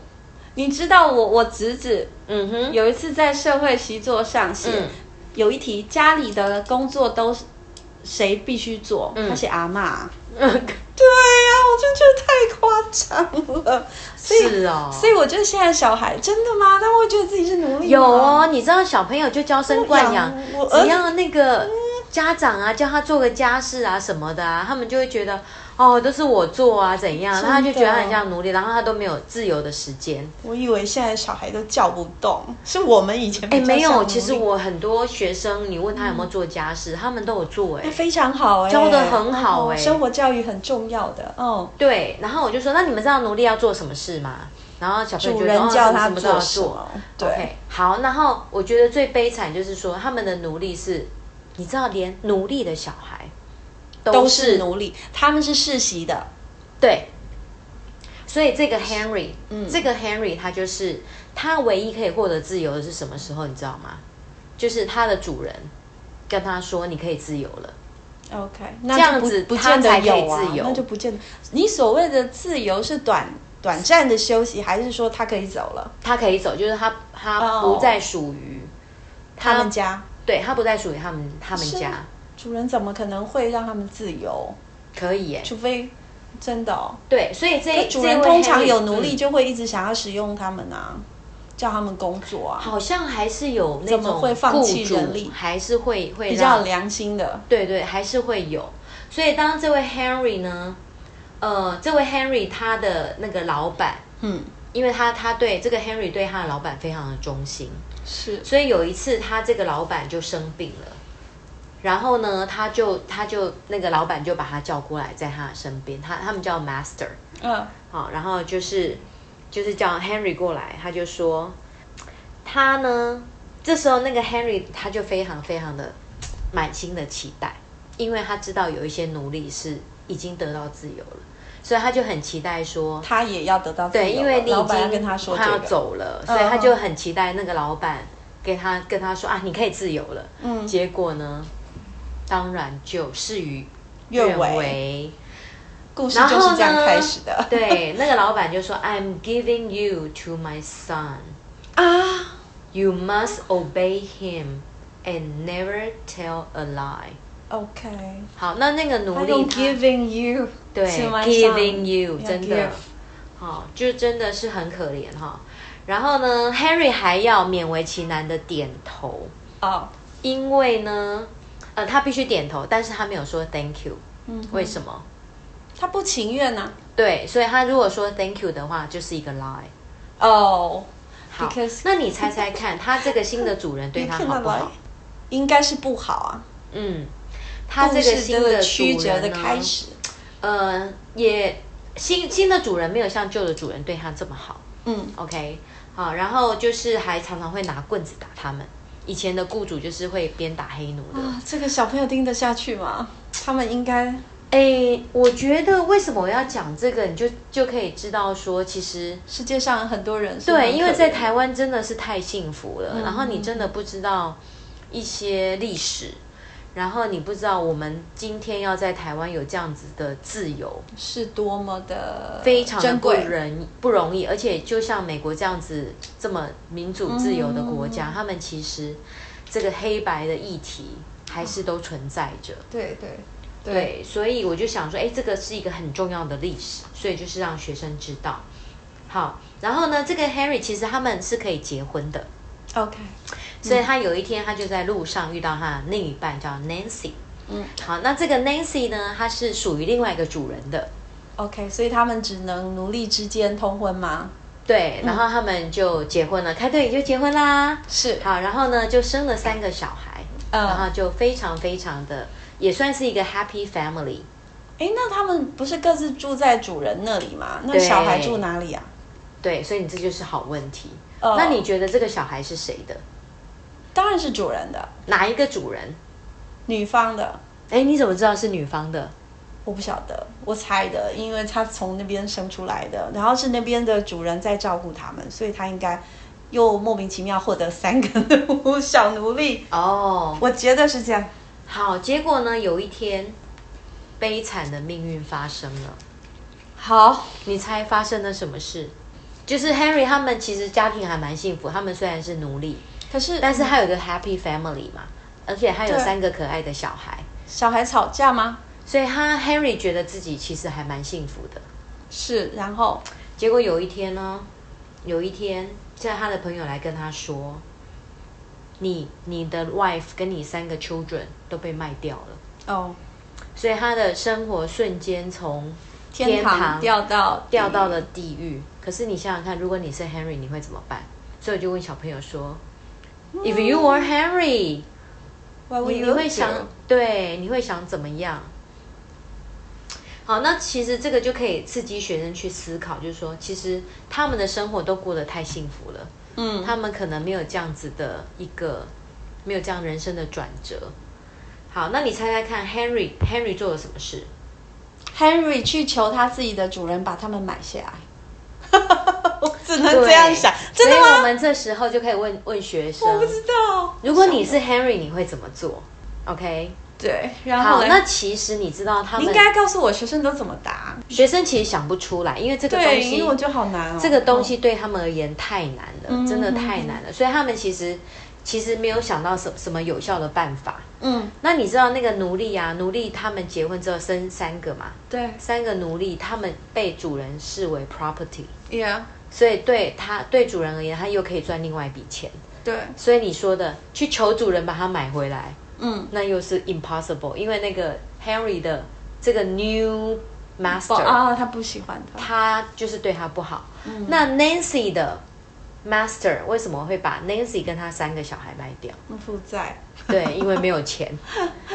Speaker 3: 你知道我我侄子
Speaker 1: 嗯哼，
Speaker 3: 有一次在社会习作上写、
Speaker 1: 嗯
Speaker 3: 有一题，家里的工作都是谁必须做？他写阿妈。嗯 对呀、我就觉得太夸张了。所以
Speaker 1: 是哦
Speaker 3: 所以我觉得现在小孩真的吗？他会觉得自己是奴隶吗
Speaker 1: 有哦，，你知道小朋友就娇生惯养
Speaker 3: 我，儿子
Speaker 1: 只要那个家长啊叫他做个家事啊什么的啊，他们就会觉得哦都是我做啊怎样，然后他就觉得他很像奴隶，然后他都没有自由的时间。
Speaker 3: 我以为现在小孩都叫不动，是我们以前
Speaker 1: 哎、
Speaker 3: 比较
Speaker 1: 没
Speaker 3: 像奴
Speaker 1: 有，
Speaker 3: 隶
Speaker 1: 其实我很多学生，你问他有没有做家事，他们都有做、哎、
Speaker 3: 非常好哎、
Speaker 1: 教得很好哎
Speaker 3: 哦生活教育很重要的，嗯。
Speaker 1: 对，然后我就说，那你们知道奴隶要做什么事吗？然后小朋友
Speaker 3: 主
Speaker 1: 就说
Speaker 3: 人
Speaker 1: 哦
Speaker 3: 叫
Speaker 1: 什
Speaker 3: 他
Speaker 1: 么什么都要哦
Speaker 3: 做什么？对
Speaker 1: OK，好，然后我觉得最悲惨就是说，他们的奴隶是，你知道，连奴隶的小孩
Speaker 3: 都是奴隶，他们是世袭的。
Speaker 1: 对，所以这
Speaker 3: 嗯
Speaker 1: 个 Henry，这个 Henry 他就是他唯一可以获得自由的是什么时候？你知道吗？就是他的主人跟他说，你可以自由了。
Speaker 3: OK，那
Speaker 1: 这样
Speaker 3: 就不
Speaker 1: 子
Speaker 3: 不
Speaker 1: 他
Speaker 3: 见得
Speaker 1: 才可以
Speaker 3: 有啊
Speaker 1: 自由
Speaker 3: 那就不见得。你所谓的自由是短短暂的休息，还是说他可以走了？
Speaker 1: 他可以走，就是他他
Speaker 3: 哦
Speaker 1: 不再属于、
Speaker 3: 他们，家
Speaker 1: 对他不再属于他们他们
Speaker 3: 是
Speaker 1: 家，
Speaker 3: 主人怎么可能会让他们自由？
Speaker 1: 可以耶，
Speaker 3: 除非真的哦，
Speaker 1: 对，所以哎这
Speaker 3: 主
Speaker 1: 这
Speaker 3: 人
Speaker 1: 位
Speaker 3: 通常有
Speaker 1: Henry，
Speaker 3: 奴隶
Speaker 1: 嗯
Speaker 3: 就会一直想要使用他们啊，叫他们工作啊，
Speaker 1: 好像还是有那
Speaker 3: 怎么
Speaker 1: 种
Speaker 3: 会放
Speaker 1: 雇
Speaker 3: 弃
Speaker 1: 主
Speaker 3: 人力
Speaker 1: 还是会会
Speaker 3: 比较有
Speaker 1: 让
Speaker 3: 良心的。
Speaker 1: 对对，还是会有。所以当这位 Henry 呢，呃，这位 Henry 他的那个老板，
Speaker 3: 嗯，
Speaker 1: 因为他他对这个 Henry 对他的老板非常的忠心，
Speaker 3: 是
Speaker 1: 所以有一次他这个老板就生病了，然后呢，他就他就那个老板就把他叫过来，在他的身边，他他们叫 Master，
Speaker 3: 嗯
Speaker 1: 好，然后就是就是叫 Henry 过来，他就说他呢，这时候那个 Henry 他就非常非常的满心的期待，因为他知道有一些奴隶是已经得到自由了，所以他就很期待说，
Speaker 3: 他也要得到自由了。
Speaker 1: 对，因为你已
Speaker 3: 老板要
Speaker 1: 经
Speaker 3: 跟他说这
Speaker 1: 快要
Speaker 3: 个，嗯
Speaker 1: 走了，所以他就很期待那个老板给他跟他说啊，你可以自由了。
Speaker 3: 嗯
Speaker 1: 结果呢，当然就事与
Speaker 3: 愿为
Speaker 1: 为
Speaker 3: 故事
Speaker 1: 然
Speaker 3: 就
Speaker 1: 后
Speaker 3: 是
Speaker 1: 呢？
Speaker 3: 这样开始的。
Speaker 1: 对，那个老板就说：“I'm giving you to my son.
Speaker 3: 啊，
Speaker 1: You must obey him and never tell a lie.”
Speaker 3: OK，
Speaker 1: 好，那那个奴
Speaker 3: 他
Speaker 1: 隶
Speaker 3: 用
Speaker 1: 他
Speaker 3: giving you
Speaker 1: 对
Speaker 3: to my
Speaker 1: giving
Speaker 3: son
Speaker 1: you
Speaker 3: 要
Speaker 1: 真
Speaker 3: give
Speaker 1: 的，好，就真的是很可怜哈。然后呢，Henry 还要勉为其难的点头，
Speaker 3: 哦，
Speaker 1: 因为呢，呃，他必须点头，但是他没有说 thank you，
Speaker 3: 嗯，
Speaker 1: 为什么？
Speaker 3: 他不情愿啊呐、
Speaker 1: 对，所以他如果说 thank you 的话，就是一个 lie。
Speaker 3: 啊，哦，
Speaker 1: 好
Speaker 3: Because-
Speaker 1: 那你猜猜看，他这个新的主人对他 好不好？
Speaker 3: 应该是不好啊。
Speaker 1: 嗯，他这个
Speaker 3: 故事
Speaker 1: 新的主
Speaker 3: 曲
Speaker 1: 人
Speaker 3: 折的
Speaker 1: 呢
Speaker 3: 开，始，
Speaker 1: 呃，也新新的主人没有像旧的主人对他这么好。
Speaker 3: 嗯，
Speaker 1: OK，啊，然后就是还常常会拿棍子打他们。以前的雇主就是会鞭打黑奴的。
Speaker 3: 啊，这个小朋友盯得下去吗？他们应该
Speaker 1: 哎，我觉得为什么我要讲这个，你就就可以知道说，其实
Speaker 3: 世界上很多人是很
Speaker 1: 对，
Speaker 3: 可
Speaker 1: 因为在
Speaker 3: 怜嗯
Speaker 1: 台湾真的是太幸福了，然后你真的不知道一些历史，然后你不知道我们今天要在台湾有这样子的自由，
Speaker 3: 是多么的
Speaker 1: 非常的
Speaker 3: 珍
Speaker 1: 不
Speaker 3: 贵。
Speaker 1: 人不容易，而且就像美国这样子这么民主自由的国
Speaker 3: 嗯
Speaker 1: 家，他们其实这个黑白的议题还是都存在着。
Speaker 3: 对对对，
Speaker 1: 对，所以我就想说，哎，这个是一个很重要的历史，所以就是让学生知道。好，然后呢，这个 Harry 其实他们是可以结婚的，
Speaker 3: OK，
Speaker 1: 所以他有一天他就在路上遇到他的另一半叫 Nancy。
Speaker 3: 嗯
Speaker 1: 好，那这个 Nancy 呢，她是属于另外一个主人的，
Speaker 3: ，OK，所以他们只能奴隶之间通婚吗？
Speaker 1: 对，然后他们就结婚了，开对眼就结婚啦。
Speaker 3: 是，
Speaker 1: 好，然后呢就生了三个小孩，
Speaker 3: 嗯
Speaker 1: 然后就非常非常的，也算是一个 happy family。
Speaker 3: 哎，那他们不是各自住在主人那里吗？那
Speaker 1: 对
Speaker 3: 小孩住哪里啊？
Speaker 1: 对，所以你这就是好问题。
Speaker 3: 哦
Speaker 1: 那你觉得这个小孩是谁的？
Speaker 3: 当然是主人的，
Speaker 1: 哪一个主人？
Speaker 3: 女方的。
Speaker 1: 哎，你怎么知道是女方的？
Speaker 3: 我不晓得，我猜的，因为他从那边生出来的，然后是那边的主人在照顾他们，所以他应该又莫名其妙获得三个 奴小奴隶，
Speaker 1: 哦，
Speaker 3: 我觉得是这样。
Speaker 1: 好，结果呢？有一天，悲惨的命运发生了。
Speaker 3: 好，
Speaker 1: 你猜发生了什么事？就是 Henry 他们其实家庭还蛮幸福，他们虽然是奴隶，
Speaker 3: 可是
Speaker 1: 但是他有一个 happy family 嘛，而且他有
Speaker 3: 对
Speaker 1: 三个可爱的小孩，
Speaker 3: 小孩吵架吗？
Speaker 1: 所以他 Henry 觉得自己其实还蛮幸福的。
Speaker 3: 是，然后
Speaker 1: 结果有一天呢，有一天，在他的朋友来跟他说：“你、你的 wife 跟你三个 children 都被卖掉了。”
Speaker 3: 哦，
Speaker 1: 所以他的生活瞬间从
Speaker 3: 天堂掉到
Speaker 1: 掉到了地狱。可是你想想看，如果你是 Henry，你会怎么办？所以我就问小朋友说、i f you were Henry，
Speaker 3: What will
Speaker 1: 你
Speaker 3: you
Speaker 1: 你会
Speaker 3: do？
Speaker 1: 想对，你会想怎么样？好，那其实这个就可以刺激学生去思考，就是说，其实他们的生活都过得太幸福了，
Speaker 3: 嗯，
Speaker 1: 他们可能没有这样子的一个，没有这样人生的转折。好，那你猜猜看，Henry Henry 做了什么事？
Speaker 3: Henry 去求他自己的主人把他们买下来， 我只能这样想，
Speaker 1: 对
Speaker 3: 真
Speaker 1: 所
Speaker 3: 的
Speaker 1: 以我
Speaker 3: 吗？
Speaker 1: 们这时候就可以问问学生
Speaker 3: 我，不知道。
Speaker 1: 如果你是 Henry，你会怎么做？OK，
Speaker 3: 对，然后
Speaker 1: 好，
Speaker 3: 嘞
Speaker 1: 那其实你知道他
Speaker 3: 你应
Speaker 1: 们
Speaker 3: 该告诉我学生都怎么答。
Speaker 1: 学生其实想不出来，因为这个东
Speaker 3: 对，因为我
Speaker 1: 西，
Speaker 3: 觉得好难哦。
Speaker 1: 这个东西对他们而言太难了，
Speaker 3: 嗯
Speaker 1: 真的太难了，所以他们其实其实没有想到什什么有效的办法。
Speaker 3: 嗯，
Speaker 1: 那你知道那个奴隶啊，奴隶他们结婚之后生三个嘛，
Speaker 3: 对
Speaker 1: 三个奴隶他们被主人视为 property，
Speaker 3: ，Yeah，
Speaker 1: 所以对他对主人而言，他又可以赚另外一笔钱。
Speaker 3: 对，
Speaker 1: 所以你说的去求主人把它买回来，
Speaker 3: 嗯
Speaker 1: 那又是 impossible，因为那个 Henry 的这个 new
Speaker 3: 不
Speaker 1: master，、
Speaker 3: 啊，他不喜欢他，
Speaker 1: 他就是对他不好。那 Nancy 的 master 为什么会把 Nancy 跟他三个小孩卖掉？
Speaker 3: 他负债。
Speaker 1: 对，因为没有钱，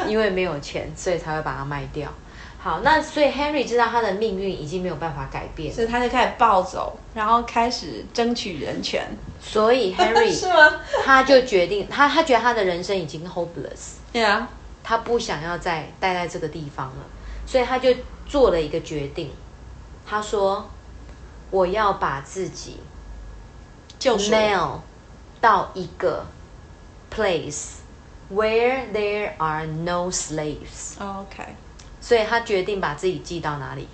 Speaker 1: 因为没有钱，所以才会把它卖掉。好，那所以 Henry 知道他的命运已经没有办法改变，
Speaker 3: 所以他就开始暴走，然后开始争取人权，
Speaker 1: 所以 Henry
Speaker 3: 是吗
Speaker 1: 他就决定，他他觉得他的人生已经 hopeless。
Speaker 3: ？Yeah，
Speaker 1: 他不想要再待在这个地方了，所以他就做了一个决定。他说：“我要把自己
Speaker 3: 救赎。
Speaker 1: nail 到一个 place where there are no slaves。
Speaker 3: 哦 OK，”
Speaker 1: 所以他决定把自己寄到哪里？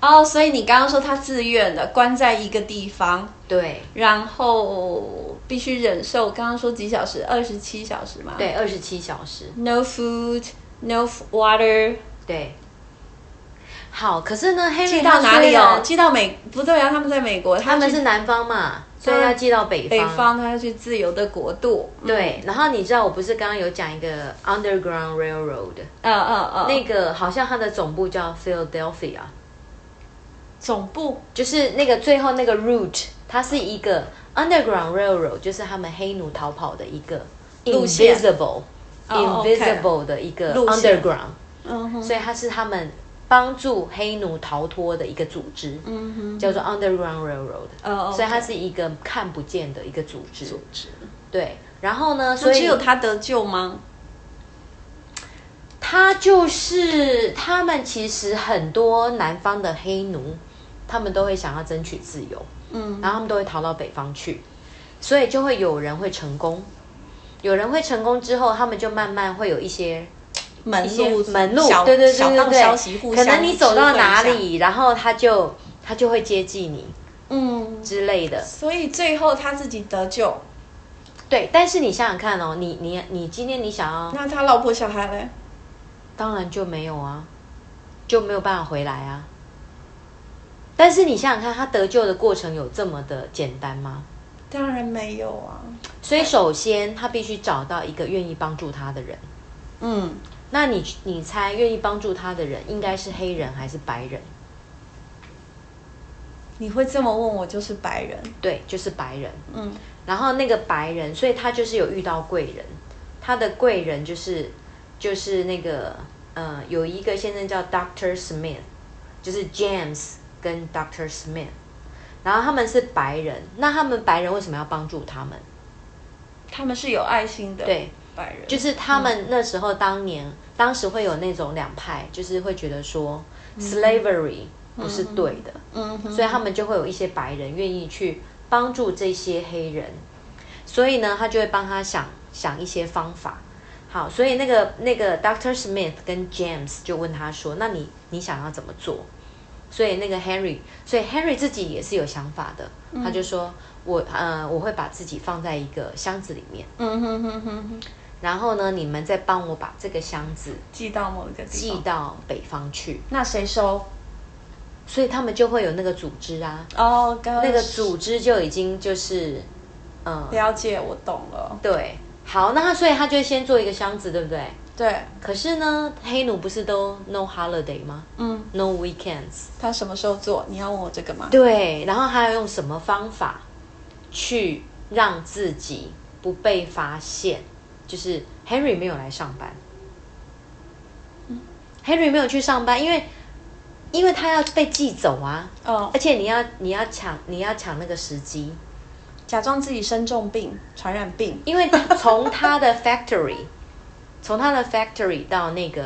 Speaker 3: 哦，所以你刚刚说他自愿的关在一个地方，
Speaker 1: 对
Speaker 3: 然后必须忍受刚刚说几小时，二十七小时嘛。
Speaker 1: 对，二十七小时。
Speaker 3: ，No food, no f- water，
Speaker 1: 对，好，可是呢，Henry
Speaker 3: 寄到哪
Speaker 1: 他
Speaker 3: 里
Speaker 1: 虽
Speaker 3: 哦？
Speaker 1: 然
Speaker 3: 寄到美不对啊，他们在美国，
Speaker 1: 他们
Speaker 3: 去
Speaker 1: 是南方嘛，所以要寄到北
Speaker 3: 北方，他要去自由的国度。
Speaker 1: 对，然后你知道我不是刚刚有讲一个 Underground Railroad，
Speaker 3: 嗯嗯嗯，
Speaker 1: 那个好像它的总部叫 Philadelphia，
Speaker 3: 总部
Speaker 1: 就是那个最后那个 route，它是一个 Underground Railroad，就是他们黑奴逃跑的一个
Speaker 3: 路线
Speaker 1: invisible、
Speaker 3: 哦，OK
Speaker 1: invisible 的一个
Speaker 3: 路线
Speaker 1: underground，、
Speaker 3: 嗯哼，
Speaker 1: 所以它是他们帮助黑奴逃脱的一个组织，嗯哼，叫做 Underground Railroad，
Speaker 3: 哦
Speaker 1: 所以它是一个看不见的一个组织，
Speaker 3: 组织，
Speaker 1: 对。然后呢，所
Speaker 3: 所
Speaker 1: 以
Speaker 3: 以只有他得救吗？
Speaker 1: 他就是他们其实很多南方的黑奴，他们都会想要争取自由，
Speaker 3: 嗯，
Speaker 1: 然后他们都会逃到北方去，所以就会有人会成功，有人会成功之后，他们就慢慢会有一些
Speaker 3: 门
Speaker 1: 一些
Speaker 3: 路
Speaker 1: 门路，
Speaker 3: 小
Speaker 1: 对对
Speaker 3: 小
Speaker 1: 对对
Speaker 3: 道
Speaker 1: 对，
Speaker 3: 消息互
Speaker 1: 可
Speaker 3: 相，
Speaker 1: 能你走到哪，里，然后他就他就会接济你
Speaker 3: 嗯，
Speaker 1: 之类的，
Speaker 3: 所以最后他自己得救，
Speaker 1: 对。但是你想想看哦，你你你今天你想要，
Speaker 3: 那他老婆小孩嘞？
Speaker 1: 当然就没有啊，就没有办法回来啊。但是你想想看，他得救的过程有这么的简单吗？
Speaker 3: 当然没有啊，
Speaker 1: 所以首先他必须找到一个愿意帮助他的人。
Speaker 3: 嗯，
Speaker 1: 那你你猜，愿意帮助他的人应该是黑人还是白人？
Speaker 3: 你会这么问我就是白人，
Speaker 1: 对，就是白人。
Speaker 3: 嗯，
Speaker 1: 然后那个白人，所以他就是有遇到贵人，他的贵人就是就是那个呃，有一个先生叫 Doctor Smith，就是 James 跟 Doctor Smith，然后他们是白人，那他们白人为什么要帮助他们？
Speaker 3: 他们是有爱心的，
Speaker 1: 对，
Speaker 3: 白人
Speaker 1: 就是他们那时候当年、当时会有那种两派，就是会觉得说 slavery 不是对的，
Speaker 3: 嗯哼，
Speaker 1: 所以他们就会有一些白人愿意去帮助这些黑人，所以呢，他就会帮他想想一些方法。好，所以那个那个 Doctor Smith 跟 James 就问他说：“那你你想要怎么做？”所以那个 Henry，所以 Henry 自己也是有想法的，他就说：“我呃，我会把自己放在一个箱子里面，
Speaker 3: 嗯哼哼哼哼，
Speaker 1: 然后呢，你们再帮我把这个箱子
Speaker 3: 寄到某一个地
Speaker 1: 寄
Speaker 3: 方，
Speaker 1: 到北方去。
Speaker 3: 那谁收？”
Speaker 1: 所以他们就会有那个组织啊，
Speaker 3: 哦，刚
Speaker 1: 那个组织就已经就是，嗯，
Speaker 3: 了解，我懂了，
Speaker 1: 对，好，那他所以他就先做一个箱子，对不对？
Speaker 3: 对，
Speaker 1: 可是呢，黑奴不是都 no holiday 吗
Speaker 3: 嗯，
Speaker 1: ？no weekends。
Speaker 3: 他什么时候做？你要问我这个吗？
Speaker 1: 对，然后还要用什么方法去让自己不被发现？就是 Henry 没有来上班、h e n r y 没有去上班，因为因为他要被寄走啊，
Speaker 3: 哦，
Speaker 1: 而且你要你要抢你要抢那个时机，
Speaker 3: 假装自己生重病、传染病，
Speaker 1: 因为从他的 factory，从他的 factory 到那个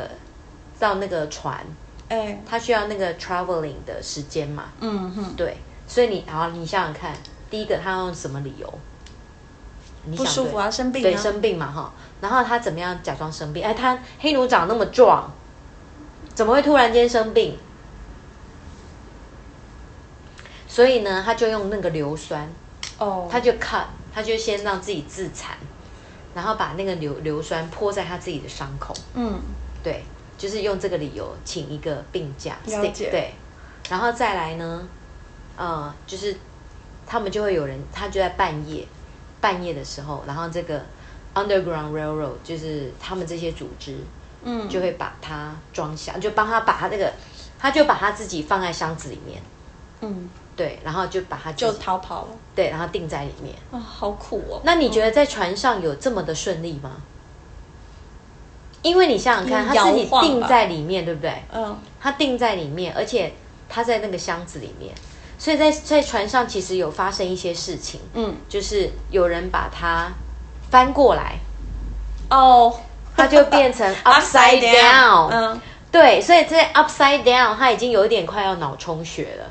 Speaker 1: 到那个船，
Speaker 3: 哎，
Speaker 1: 他需要那个 traveling 的时间嘛，
Speaker 3: 嗯哼，
Speaker 1: 对，所以你好，你想想看，第一个他用什么理由？你
Speaker 3: 不
Speaker 1: 想
Speaker 3: 舒服啊，
Speaker 1: 对
Speaker 3: 生病
Speaker 1: 对，
Speaker 3: 啊，
Speaker 1: 生病嘛哈，然后他怎么样假装生病？哎，他黑奴长那么壮，怎么会突然间生病？所以呢，他就用那个硫酸，
Speaker 3: 哦，
Speaker 1: 他就 cut，他就先让自己自残，然后把那个硫硫酸泼在他自己的伤口，
Speaker 3: 嗯，
Speaker 1: 对，就是用这个理由请一个病假，
Speaker 3: 了解
Speaker 1: 对，然后再来呢，呃，就是他们就会有人，他就在半夜，半夜的时候，然后这个 Underground Railroad 就是他们这些组织，
Speaker 3: 嗯
Speaker 1: 就会把它装箱，就帮他把他那个，他就把他自己放在箱子里面，
Speaker 3: 嗯，
Speaker 1: 对，然后就把他自
Speaker 3: 就
Speaker 1: 己
Speaker 3: 逃跑了
Speaker 1: 对，然后定在里面。
Speaker 3: 啊，好苦哦。
Speaker 1: 那你觉得在船上有这么的顺利吗？因为你想想看，
Speaker 3: 嗯
Speaker 1: 他自己
Speaker 3: 摇晃吧
Speaker 1: 定在里面，对不对？
Speaker 3: 嗯，
Speaker 1: 他定在里面，而且他在那个箱子里面，所以在在船上其实有发生一些事情，
Speaker 3: 嗯，
Speaker 1: 就是有人把它翻过来，
Speaker 3: 哦，
Speaker 1: 它就变 成 upside down。
Speaker 3: 嗯，
Speaker 1: 对，所以这 upside down 它已经有一点快要脑充血了。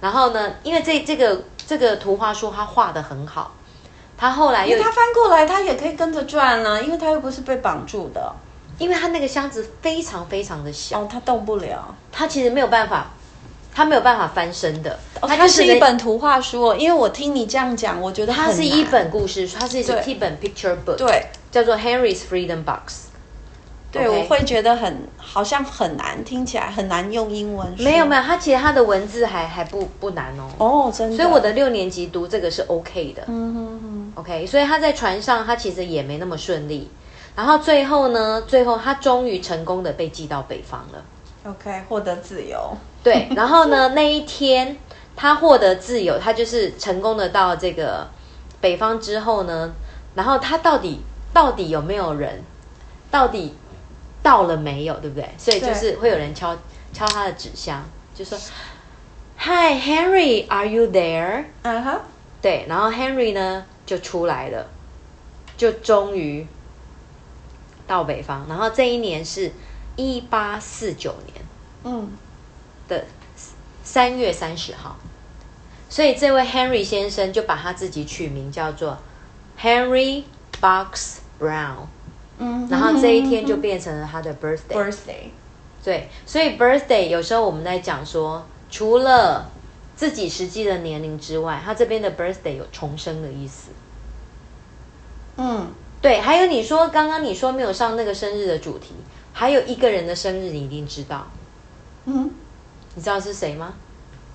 Speaker 1: 然后呢，因为这这个这个图画书他画的很好，他后来
Speaker 3: 因
Speaker 1: 又
Speaker 3: 为他翻过来，他也可以跟着转啊，因为他又不是被绑住的，
Speaker 1: 因为他那个箱子非常非常的小，
Speaker 3: 哦，他动不了。
Speaker 1: 他其实没有办法，他没有办法翻身的，
Speaker 3: 哦，它
Speaker 1: 就是能
Speaker 3: 一。本图画书哦，因为我听你这样讲，我觉得
Speaker 1: 它
Speaker 3: 很
Speaker 1: 是一
Speaker 3: 难
Speaker 1: 本故事书，它是
Speaker 3: 对
Speaker 1: 一本 picture book，，
Speaker 3: 对
Speaker 1: 叫做 Henry's Freedom Box。
Speaker 3: 对
Speaker 1: OK
Speaker 3: 我会觉得很好像很难，听起来很难用英文说。
Speaker 1: 没有没有，它其实它的文字还还不不难哦。
Speaker 3: 哦，真的。
Speaker 1: 所以我的六年级读这个是 OK 的、
Speaker 3: 嗯哼哼，
Speaker 1: o k 所以他在船上他其实也没那么顺利，然后最后呢，最后他终于成功的被寄到北方了。
Speaker 3: OK，获得自由。
Speaker 1: 对，然后呢，那一天他获得自由，他就是成功的到这个北方之后呢，然后他到底到底有没有人，到底到了没有，对不对？所以就
Speaker 3: 对
Speaker 1: 是会有人敲敲他的纸箱，就说：“Hi Henry，Are you there？”
Speaker 3: 嗯哼，
Speaker 1: 对，然后 Henry 呢就出来了，就终于到北方。然后这一年是一八四九年
Speaker 3: 嗯，
Speaker 1: 的三月三十号，所以这位 Henry 先生就把他自己取名叫做 Henry Box Brown，
Speaker 3: 嗯
Speaker 1: 然后这一天就变成了他的 birthday。
Speaker 3: birthday，
Speaker 1: 对，所以 birthday 有时候我们在讲说，除了自己实际的年龄之外，他这边的 birthday 有重生的意思。
Speaker 3: 嗯，
Speaker 1: 对，还有你说刚刚你说没有上那个生日的主题，还有一个人的生日你一定知道，
Speaker 3: 嗯，
Speaker 1: 你知道是谁吗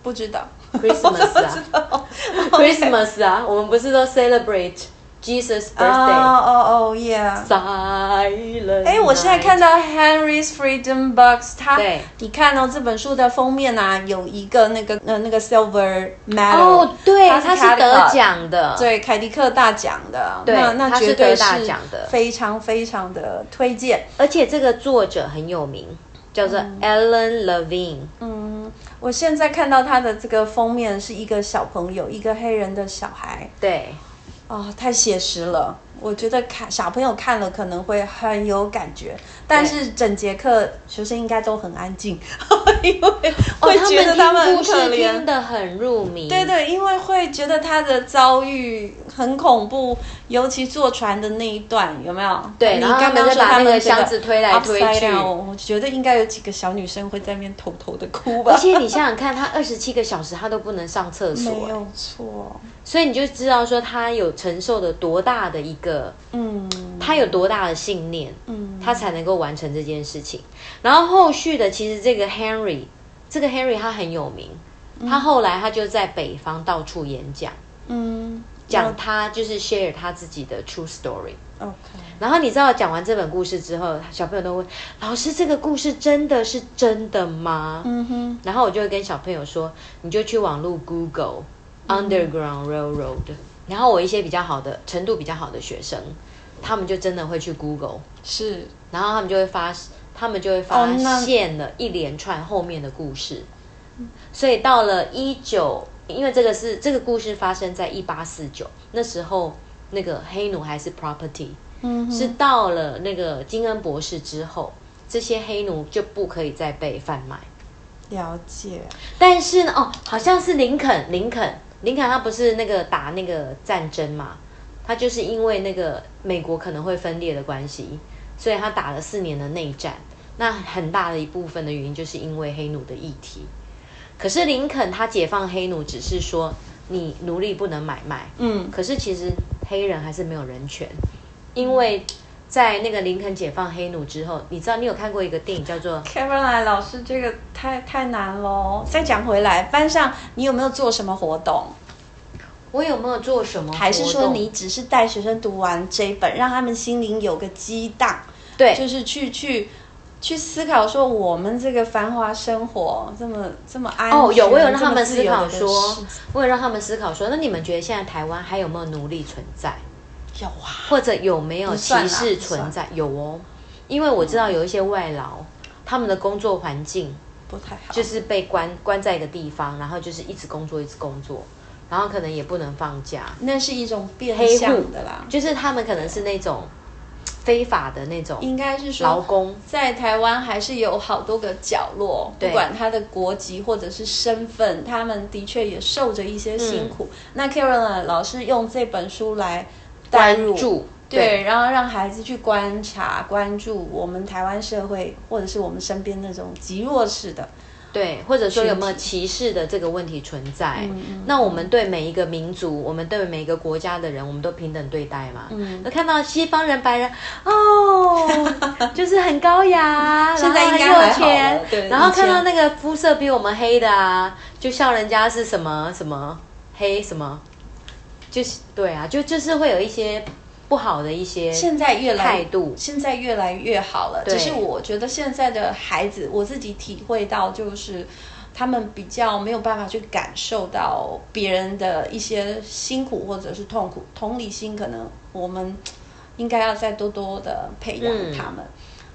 Speaker 3: 不知道
Speaker 1: ？Christmas 啊，Christmas 啊，我们不是都 celebrate Jesus
Speaker 3: 哦
Speaker 1: birthday？
Speaker 3: 哦哦，yeah。
Speaker 1: Silent
Speaker 3: 哎，我现在看
Speaker 1: night
Speaker 3: 到 Henry's Freedom Box，它
Speaker 1: 对
Speaker 3: 你看哦，这本书的封面啊，有一个那个呃那个 silver medal，
Speaker 1: 哦，对，
Speaker 3: 他
Speaker 1: 他是得
Speaker 3: Cadillac，
Speaker 1: 奖的，
Speaker 3: 对凯迪克大奖的，
Speaker 1: 对
Speaker 3: 那那
Speaker 1: 他是
Speaker 3: 绝对
Speaker 1: 得大奖的
Speaker 3: 非常非常的推荐。
Speaker 1: 而且这个作者很有名，叫做 Alan Levine。
Speaker 3: 嗯，我现在看到它的这个封面是一个小朋友，一个黑人的小孩，
Speaker 1: 对，
Speaker 3: 哦，太写实了。我觉得看小朋友看了可能会很有感觉，但是整节课学生应该都很安静， 因
Speaker 1: 哦
Speaker 3: 为会觉得他
Speaker 1: 听
Speaker 3: 们
Speaker 1: 故
Speaker 3: 很
Speaker 1: 事
Speaker 3: 可怜。
Speaker 1: 听得很入迷。
Speaker 3: 对对，因为会觉得他的遭遇很恐怖，尤其坐船的那一段，有没有？
Speaker 1: 对
Speaker 3: 你
Speaker 1: 然后
Speaker 3: 刚
Speaker 1: 他们
Speaker 3: 刚
Speaker 1: 就
Speaker 3: 说
Speaker 1: 把那
Speaker 3: 们
Speaker 1: 个
Speaker 3: 这个
Speaker 1: 箱子推来推
Speaker 3: upside
Speaker 1: 去
Speaker 3: down，我觉得应该有几个小女生会在那边偷偷的哭 吧
Speaker 1: 而。且你想想看，他二十七个小时他都不能上厕
Speaker 3: 没
Speaker 1: 所，
Speaker 3: 有错，
Speaker 1: 所以你就知道说他有承受的多大的一个，
Speaker 3: 嗯
Speaker 1: 他有多大的信念，
Speaker 3: 嗯，
Speaker 1: 他才能够完成这件事情。然后后续的，其实这个 Henry，这个 Henry 他很有名，他后来他就在北方到处演讲，
Speaker 3: 嗯
Speaker 1: 讲他就是 share 他自己的 true story。
Speaker 3: OK，
Speaker 1: 然后你知道讲完这本故事之后，小朋友都问老师：“这个故事真的是真的吗？”
Speaker 3: 嗯哼，
Speaker 1: 然后我就会跟小朋友说：“你就去网络 Google Underground Railroad、然后我一些比较好的程度比较好的学生，他们就真的会去 Google，
Speaker 3: 是
Speaker 1: 然后他们就会发，他们就会发
Speaker 3: 哦那
Speaker 1: 现了一连串后面的故事。所以到了一九，因为这个是这个故事发生在一八四九，那时候那个黑奴还是 property。
Speaker 3: 嗯哼
Speaker 1: 是到了那个金恩博士之后，这些黑奴就不可以再被贩卖。
Speaker 3: 了解，
Speaker 1: 但是呢，哦，好像是林肯，林肯，林肯他不是那个打那个战争嘛，他就是因为那个美国可能会分裂的关系，所以他打了四年的内战。那很大的一部分的原因就是因为黑奴的议题。可是林肯他解放黑奴，只是说你奴隶不能买卖，
Speaker 3: 嗯
Speaker 1: 可是其实黑人还是没有人权，因为在那个林肯解放黑奴之后，你知道你有看过一个电影叫做
Speaker 3: ，Caroline 老师这个太太难喽。再讲回来，班上你有没有做什么活动？
Speaker 1: “我有没有做哦什么活动”，
Speaker 3: 还是说你只是带学生读完这一本，让他们心灵有个激荡，
Speaker 1: 对
Speaker 3: 就是去去去思考说我们这个繁华生活这么这么安全
Speaker 1: 哦有我有让
Speaker 3: 这么
Speaker 1: 他们
Speaker 3: 自
Speaker 1: 思
Speaker 3: 由
Speaker 1: 考
Speaker 3: 的
Speaker 1: 说
Speaker 3: 世界，
Speaker 1: 我有让他们思考说，那你们觉得现在台湾还有没有奴隶存在，
Speaker 3: 有啊，
Speaker 1: 或者有没有
Speaker 3: 不
Speaker 1: 歧
Speaker 3: 算啦
Speaker 1: 视
Speaker 3: 不算嗯
Speaker 1: 存在？有哦，因为我知道有一些外劳，他们的工作环境
Speaker 3: 不太好，
Speaker 1: 就是被关关在一个地方，然后就是一直工作，一直工作，然后可能也不能放假，
Speaker 3: 那是一种变
Speaker 1: 黑户
Speaker 3: 相的啦，
Speaker 1: 就是他们可能是那种非法的那种
Speaker 3: 应该是
Speaker 1: 劳
Speaker 3: 说。
Speaker 1: 工，
Speaker 3: 在台湾还是有好多个角落，
Speaker 1: 对
Speaker 3: 不管他的国籍或者是身份，他们的确也受着一些辛苦。
Speaker 1: 嗯
Speaker 3: 那 Karen 老师用这本书来带入
Speaker 1: 关注
Speaker 3: 对，然后让孩子去观察、关注我们台湾社会，或者是我们身边那种极弱势的。
Speaker 1: 对，或者说有没有
Speaker 3: 群
Speaker 1: 歧
Speaker 3: 体
Speaker 1: 视的这个问题存在？
Speaker 3: 嗯
Speaker 1: 那我们对每一个民族，我们对每一个国家的人，我们都平等对待嘛？嗯，那看到西方人、白人， 哦，就是很高雅，
Speaker 3: 现在
Speaker 1: 然后
Speaker 3: 应
Speaker 1: 很
Speaker 3: 该还
Speaker 1: 有
Speaker 3: 好
Speaker 1: 钱
Speaker 3: 了对
Speaker 1: 然后
Speaker 3: 以前
Speaker 1: 看到那个肤色比我们黑的啊，就笑人家是什么什么黑什么，就是对啊，就就是会有一些不好的一些
Speaker 3: 现在越来
Speaker 1: 态度
Speaker 3: 现在越来越好了。
Speaker 1: 对
Speaker 3: 只是我觉得现在的孩子，我自己体会到就是。他们比较没有办法去感受到别人的一些辛苦或者是痛苦，同理心可能我们应该要再多多的培养
Speaker 1: 嗯
Speaker 3: 他们。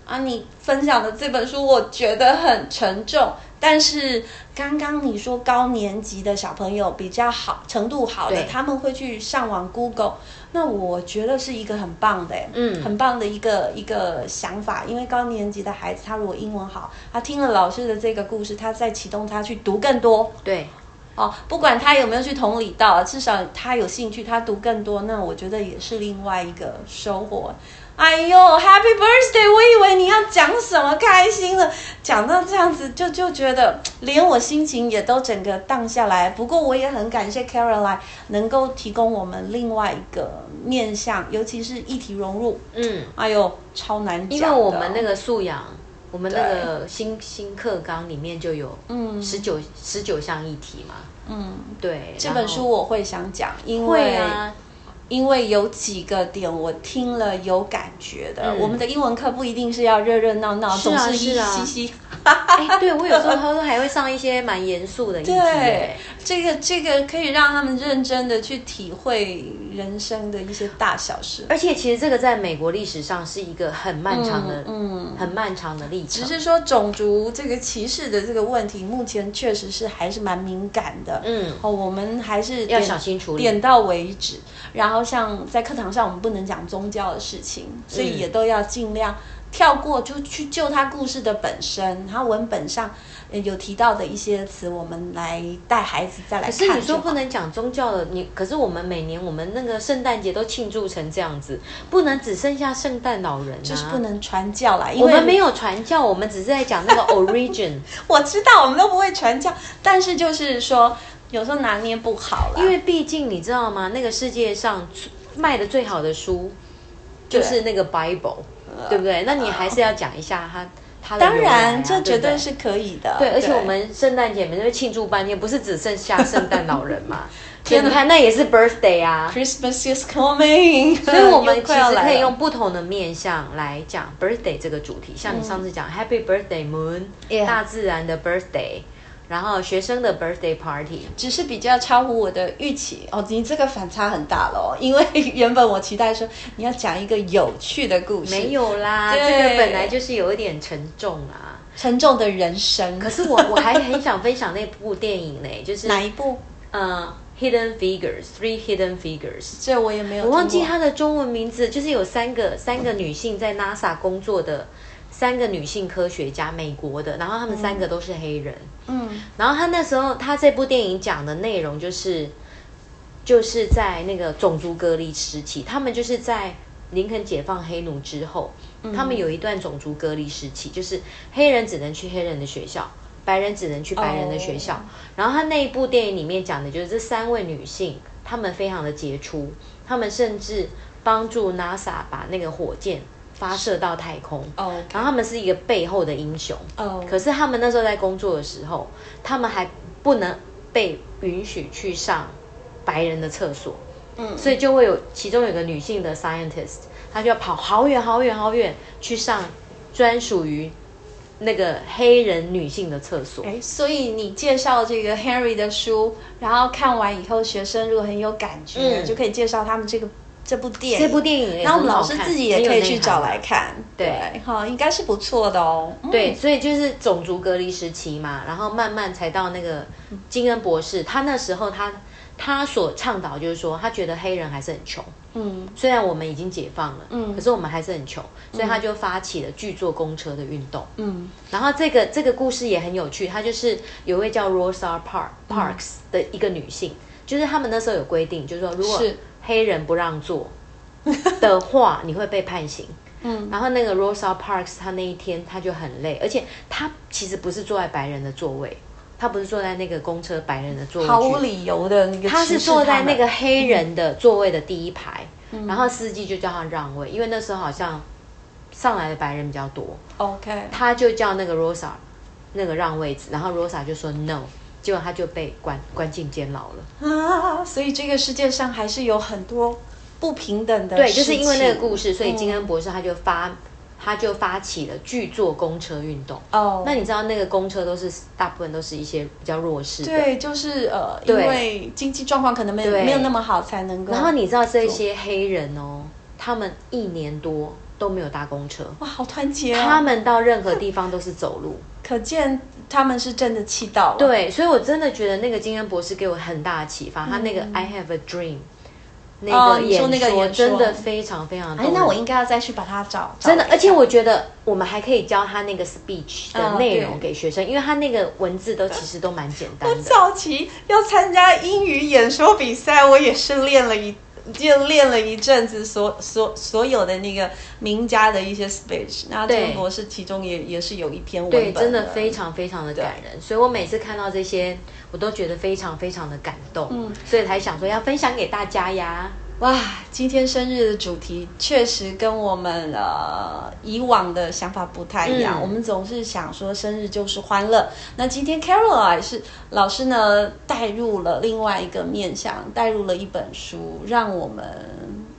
Speaker 3: 啊，你分享的这本书我觉得很沉重，但是刚刚你说高年级的小朋友比较好，程度好的
Speaker 1: 对，
Speaker 3: 他们会去上网 Google，那我觉得是一个很棒的、
Speaker 1: 嗯
Speaker 3: 很棒的一个一个想法，因为高年级的孩子他如果英文好，他听了老师的这个故事，他再启动他去读更多，
Speaker 1: 对，
Speaker 3: 哦，不管他有没有去同理到，至少他有兴趣，他读更多，那我觉得也是另外一个收获。哎呦，Happy Birthday！我以为你要讲什么开心的，讲到这样子就就觉得连我心情也都整个荡下来。不过我也很感谢 Caroline 能够提供我们另外一个面向，尤其是议题融入。
Speaker 1: 嗯，
Speaker 3: 哎呦，超难讲的。
Speaker 1: 因为我们那个素养，我们那个新新课纲里面就有
Speaker 3: 嗯
Speaker 1: 十九十九项议题嘛，
Speaker 3: 嗯，
Speaker 1: 对，
Speaker 3: 这本书
Speaker 1: 我
Speaker 3: 我会想讲，因
Speaker 1: 会
Speaker 3: 为
Speaker 1: 啊，
Speaker 3: 因为有几个点我听了有感觉的。
Speaker 1: 嗯
Speaker 3: 我们的英文课不一定是要热热闹闹，
Speaker 1: 是
Speaker 3: 总
Speaker 1: 啊
Speaker 3: 是一
Speaker 1: 是啊
Speaker 3: 嘻嘻。
Speaker 1: 哎，对我有时候偷偷还会上一些蛮严肃的议题，
Speaker 3: 对
Speaker 1: 哎，
Speaker 3: 这个这个可以让他们认真的去体会人生的一些大小事。
Speaker 1: 而且其实这个在美国历史上是一个很漫长的，
Speaker 3: 嗯嗯
Speaker 1: 很漫长的历程，
Speaker 3: 只是说种族这个歧视的这个问题，目前确实是还是蛮敏感的。
Speaker 1: 嗯
Speaker 3: 哦，我们还是
Speaker 1: 要
Speaker 3: 点
Speaker 1: 小心处理
Speaker 3: 点到为止。然后像在课堂上，我们不能讲宗教的事情，所以
Speaker 1: 嗯
Speaker 3: 也都要尽量跳过，就去就它故事的本身，它文本上呃有提到的一些词，我们来带孩子再来
Speaker 1: 可
Speaker 3: 看就好。
Speaker 1: 是你说不能讲宗教的，你可是我们每年我们那个圣诞节都庆祝成这样子，不能只剩下圣诞老人、啊，
Speaker 3: 就是不。能传教啦，因
Speaker 1: 啊我
Speaker 3: 为
Speaker 1: 们没有传教，我们只是在讲那个 origin，
Speaker 3: 我知道我们都不会传教，但是就是说有时候拿捏不好啦，
Speaker 1: 因为毕竟你知道吗？那个世界上最卖的最好的书就是那个 Bible，对不对？那你还是要讲一下它它的
Speaker 3: 呃当
Speaker 1: 由来啊
Speaker 3: 然这绝
Speaker 1: 对
Speaker 3: 对
Speaker 1: 不
Speaker 3: 是可以的。
Speaker 1: 对，而且我们圣诞节每天庆祝半天，不是只剩下圣诞老人 嘛？天
Speaker 3: 天
Speaker 1: 你
Speaker 3: 哪
Speaker 1: 看那也是 birthday 啊，
Speaker 3: Christmas is coming，
Speaker 1: 所以我们
Speaker 3: 又
Speaker 1: 其
Speaker 3: 快要
Speaker 1: 实
Speaker 3: 来
Speaker 1: 可以
Speaker 3: 了
Speaker 1: 用不同的面向来讲 birthday 这个主题，像你上次讲 Happy Birthday Moon，
Speaker 3: 嗯 Yeah
Speaker 1: 大自然的 birthday，然后学生的 birthday party，
Speaker 3: 只是比较超乎我的预期哦。你这个反差很大咯， 因为原本我期待说你要讲一个有趣的故事，
Speaker 1: 没有啦，这
Speaker 3: 对
Speaker 1: 个本来就是有一点沉重啊。
Speaker 3: 沉重的人生。
Speaker 1: 可是我 我还很想分享那部电影呢，就是
Speaker 3: 哪一部？
Speaker 1: 呃 Hidden Figures Three Hidden Figures，
Speaker 3: 这我也没有
Speaker 1: 我
Speaker 3: 听过，
Speaker 1: 忘记她的中文名字，就是有三个三个女性在 NASA 工作的三个女性科学家，美国的，然后她们三个都是黑人。
Speaker 3: 嗯
Speaker 1: 然后她那时候她这部电影讲的内容就是就是在那个种族隔离时期，他们就是在林肯解放黑奴之后，他们有一段种族隔离时期，就是黑人只能去黑人的学校。白人只能去白人的学校
Speaker 3: 哦
Speaker 1: 然后他那一部电影里面讲的就是这三位女性，她们非常的杰出，她们甚至帮助 NASA 把那个火箭发射到太空，
Speaker 3: 哦
Speaker 1: 然后她们是一个背后的英雄。
Speaker 3: 哦，
Speaker 1: 可是他们那时候在工作的时候，他们还不能被允许去上白人的厕所，
Speaker 3: 嗯
Speaker 1: 所以就会有其中有个女性的 scientist，她就要跑好远好远好远去上专属于那个黑人女性的厕所。
Speaker 3: 哎，所以你介绍这个 Henry 的书，然后看完以后，学生如果很有感觉，
Speaker 1: 嗯
Speaker 3: 就可以介绍他们这个这部电影。
Speaker 1: 这部电影也
Speaker 3: 然后我
Speaker 1: 很
Speaker 3: 们
Speaker 1: 好
Speaker 3: 老师
Speaker 1: 看
Speaker 3: 自己也可以去找。
Speaker 1: 很有内涵啊
Speaker 3: 来看，
Speaker 1: 对，
Speaker 3: 好，应该是不错的哦。嗯
Speaker 1: 对，所以就是种族隔离时期嘛，然后慢慢才到那个金恩博士，他那时候他他所倡导就是说，他觉得黑人还是很穷，
Speaker 3: 嗯
Speaker 1: 虽然我们已经解放了，
Speaker 3: 嗯
Speaker 1: 可是我们还是很穷，所以他就发起了拒坐公车的运动。
Speaker 3: 嗯
Speaker 1: 然后这个这个故事也很有趣，它就是有一位叫 Rosa Park
Speaker 3: 嗯
Speaker 1: Parks 的一个女性，就是他们那时候有规定，就是说如果
Speaker 3: 是
Speaker 1: 黑人不让 座的话，你会被判刑。
Speaker 3: 嗯
Speaker 1: 然后那个 Rosa Parks 她那一天她就很累，而且她其实不是坐在白人的座位，她不是坐在那个公车白人的座位，
Speaker 3: 毫无理由的那个，
Speaker 1: 他是坐在那
Speaker 3: 个。
Speaker 1: 个黑人的座位的第一排，
Speaker 3: 嗯
Speaker 1: 然后司机就叫他让位，因为那时候好像上来的白人比较多，
Speaker 3: OK，
Speaker 1: 他就叫那个 Rosa 那个让位置，然后 Rosa 就说 no，结果他就被关关进监牢了。
Speaker 3: 啊，所以这个世界上还是有很多不平等的
Speaker 1: 对，就是因为那个故
Speaker 3: 事嗯
Speaker 1: 事，所以金恩博士他就发、他就发起了拒坐公车运动。
Speaker 3: 情哦。
Speaker 1: 那你知道那个公车都是大部分都是一些比较弱势的，
Speaker 3: 对，啊就是呃，因
Speaker 1: 对
Speaker 3: 为经济状况可能没有
Speaker 1: 对
Speaker 3: 没有那么好，才能够。
Speaker 1: 然后你知道这些黑人哦，他们一年多都没有搭公车，
Speaker 3: 哇，好团结
Speaker 1: 他
Speaker 3: 哦！
Speaker 1: 们到任何地方都是走路。
Speaker 3: 可见他们是真的气到了。，
Speaker 1: 对，所以我真的觉得那个金恩博士给我很大的启发，他那个 I have a dream 那
Speaker 3: 哦
Speaker 1: 个
Speaker 3: 你
Speaker 1: 演
Speaker 3: 说那个演说
Speaker 1: 真的非常非常动
Speaker 3: 哎
Speaker 1: 人。，
Speaker 3: 那我应该要再去把它找。
Speaker 1: 真的
Speaker 3: 找，来
Speaker 1: 而且
Speaker 3: 看
Speaker 1: 我觉得我们还可以教他那个 speech 的
Speaker 3: 嗯
Speaker 1: 内
Speaker 3: 对
Speaker 1: 容给学生，因为他那个文字都其实都蛮简单
Speaker 3: 我
Speaker 1: 的。
Speaker 3: 早期要参加英语演说比赛，我也是练了一。就练了一阵子所所所有的那个名家的一些 speech，那这
Speaker 1: 对
Speaker 3: 个博士其中也也是有一篇文
Speaker 1: 对，
Speaker 3: 本，
Speaker 1: 真的非。常非常的感人，所以我每次看到这些，我都觉得非常非常的感动，嗯
Speaker 3: 嗯，
Speaker 1: 所以才想说要分享给大家呀。
Speaker 3: 哇，今天生日的主题确实跟我们呃以往的想法不太一样。
Speaker 1: 嗯
Speaker 3: 我们总是想说生日就是欢乐，那今天 Caroline 是老师呢带入了另外一个面向，带入了一本书，让我们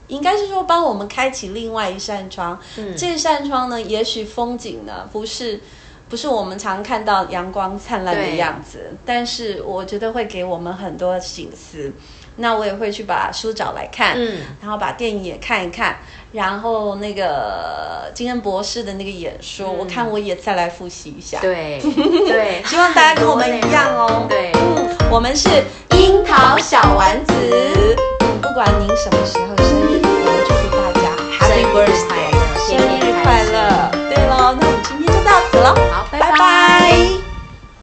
Speaker 3: 应该是说帮我们开启另外一扇窗。
Speaker 1: 嗯
Speaker 3: 这扇窗呢，也许风景呢不是。不是我们常看到阳光灿烂的
Speaker 1: 对
Speaker 3: 样子，但是我觉得会给我们很多醒思。那我也会去把书找来看，
Speaker 1: 嗯
Speaker 3: 然后把电影也看一看，然后那个金恩博士的那个演说，
Speaker 1: 嗯
Speaker 3: 我看我也再来复习一 下。，
Speaker 1: 对对，
Speaker 3: 希望大家跟我们一样哦。
Speaker 1: 对
Speaker 3: 嗯，我们是樱桃小丸子，嗯不管您什么时候生日，我们祝福大家 Happy Birthday。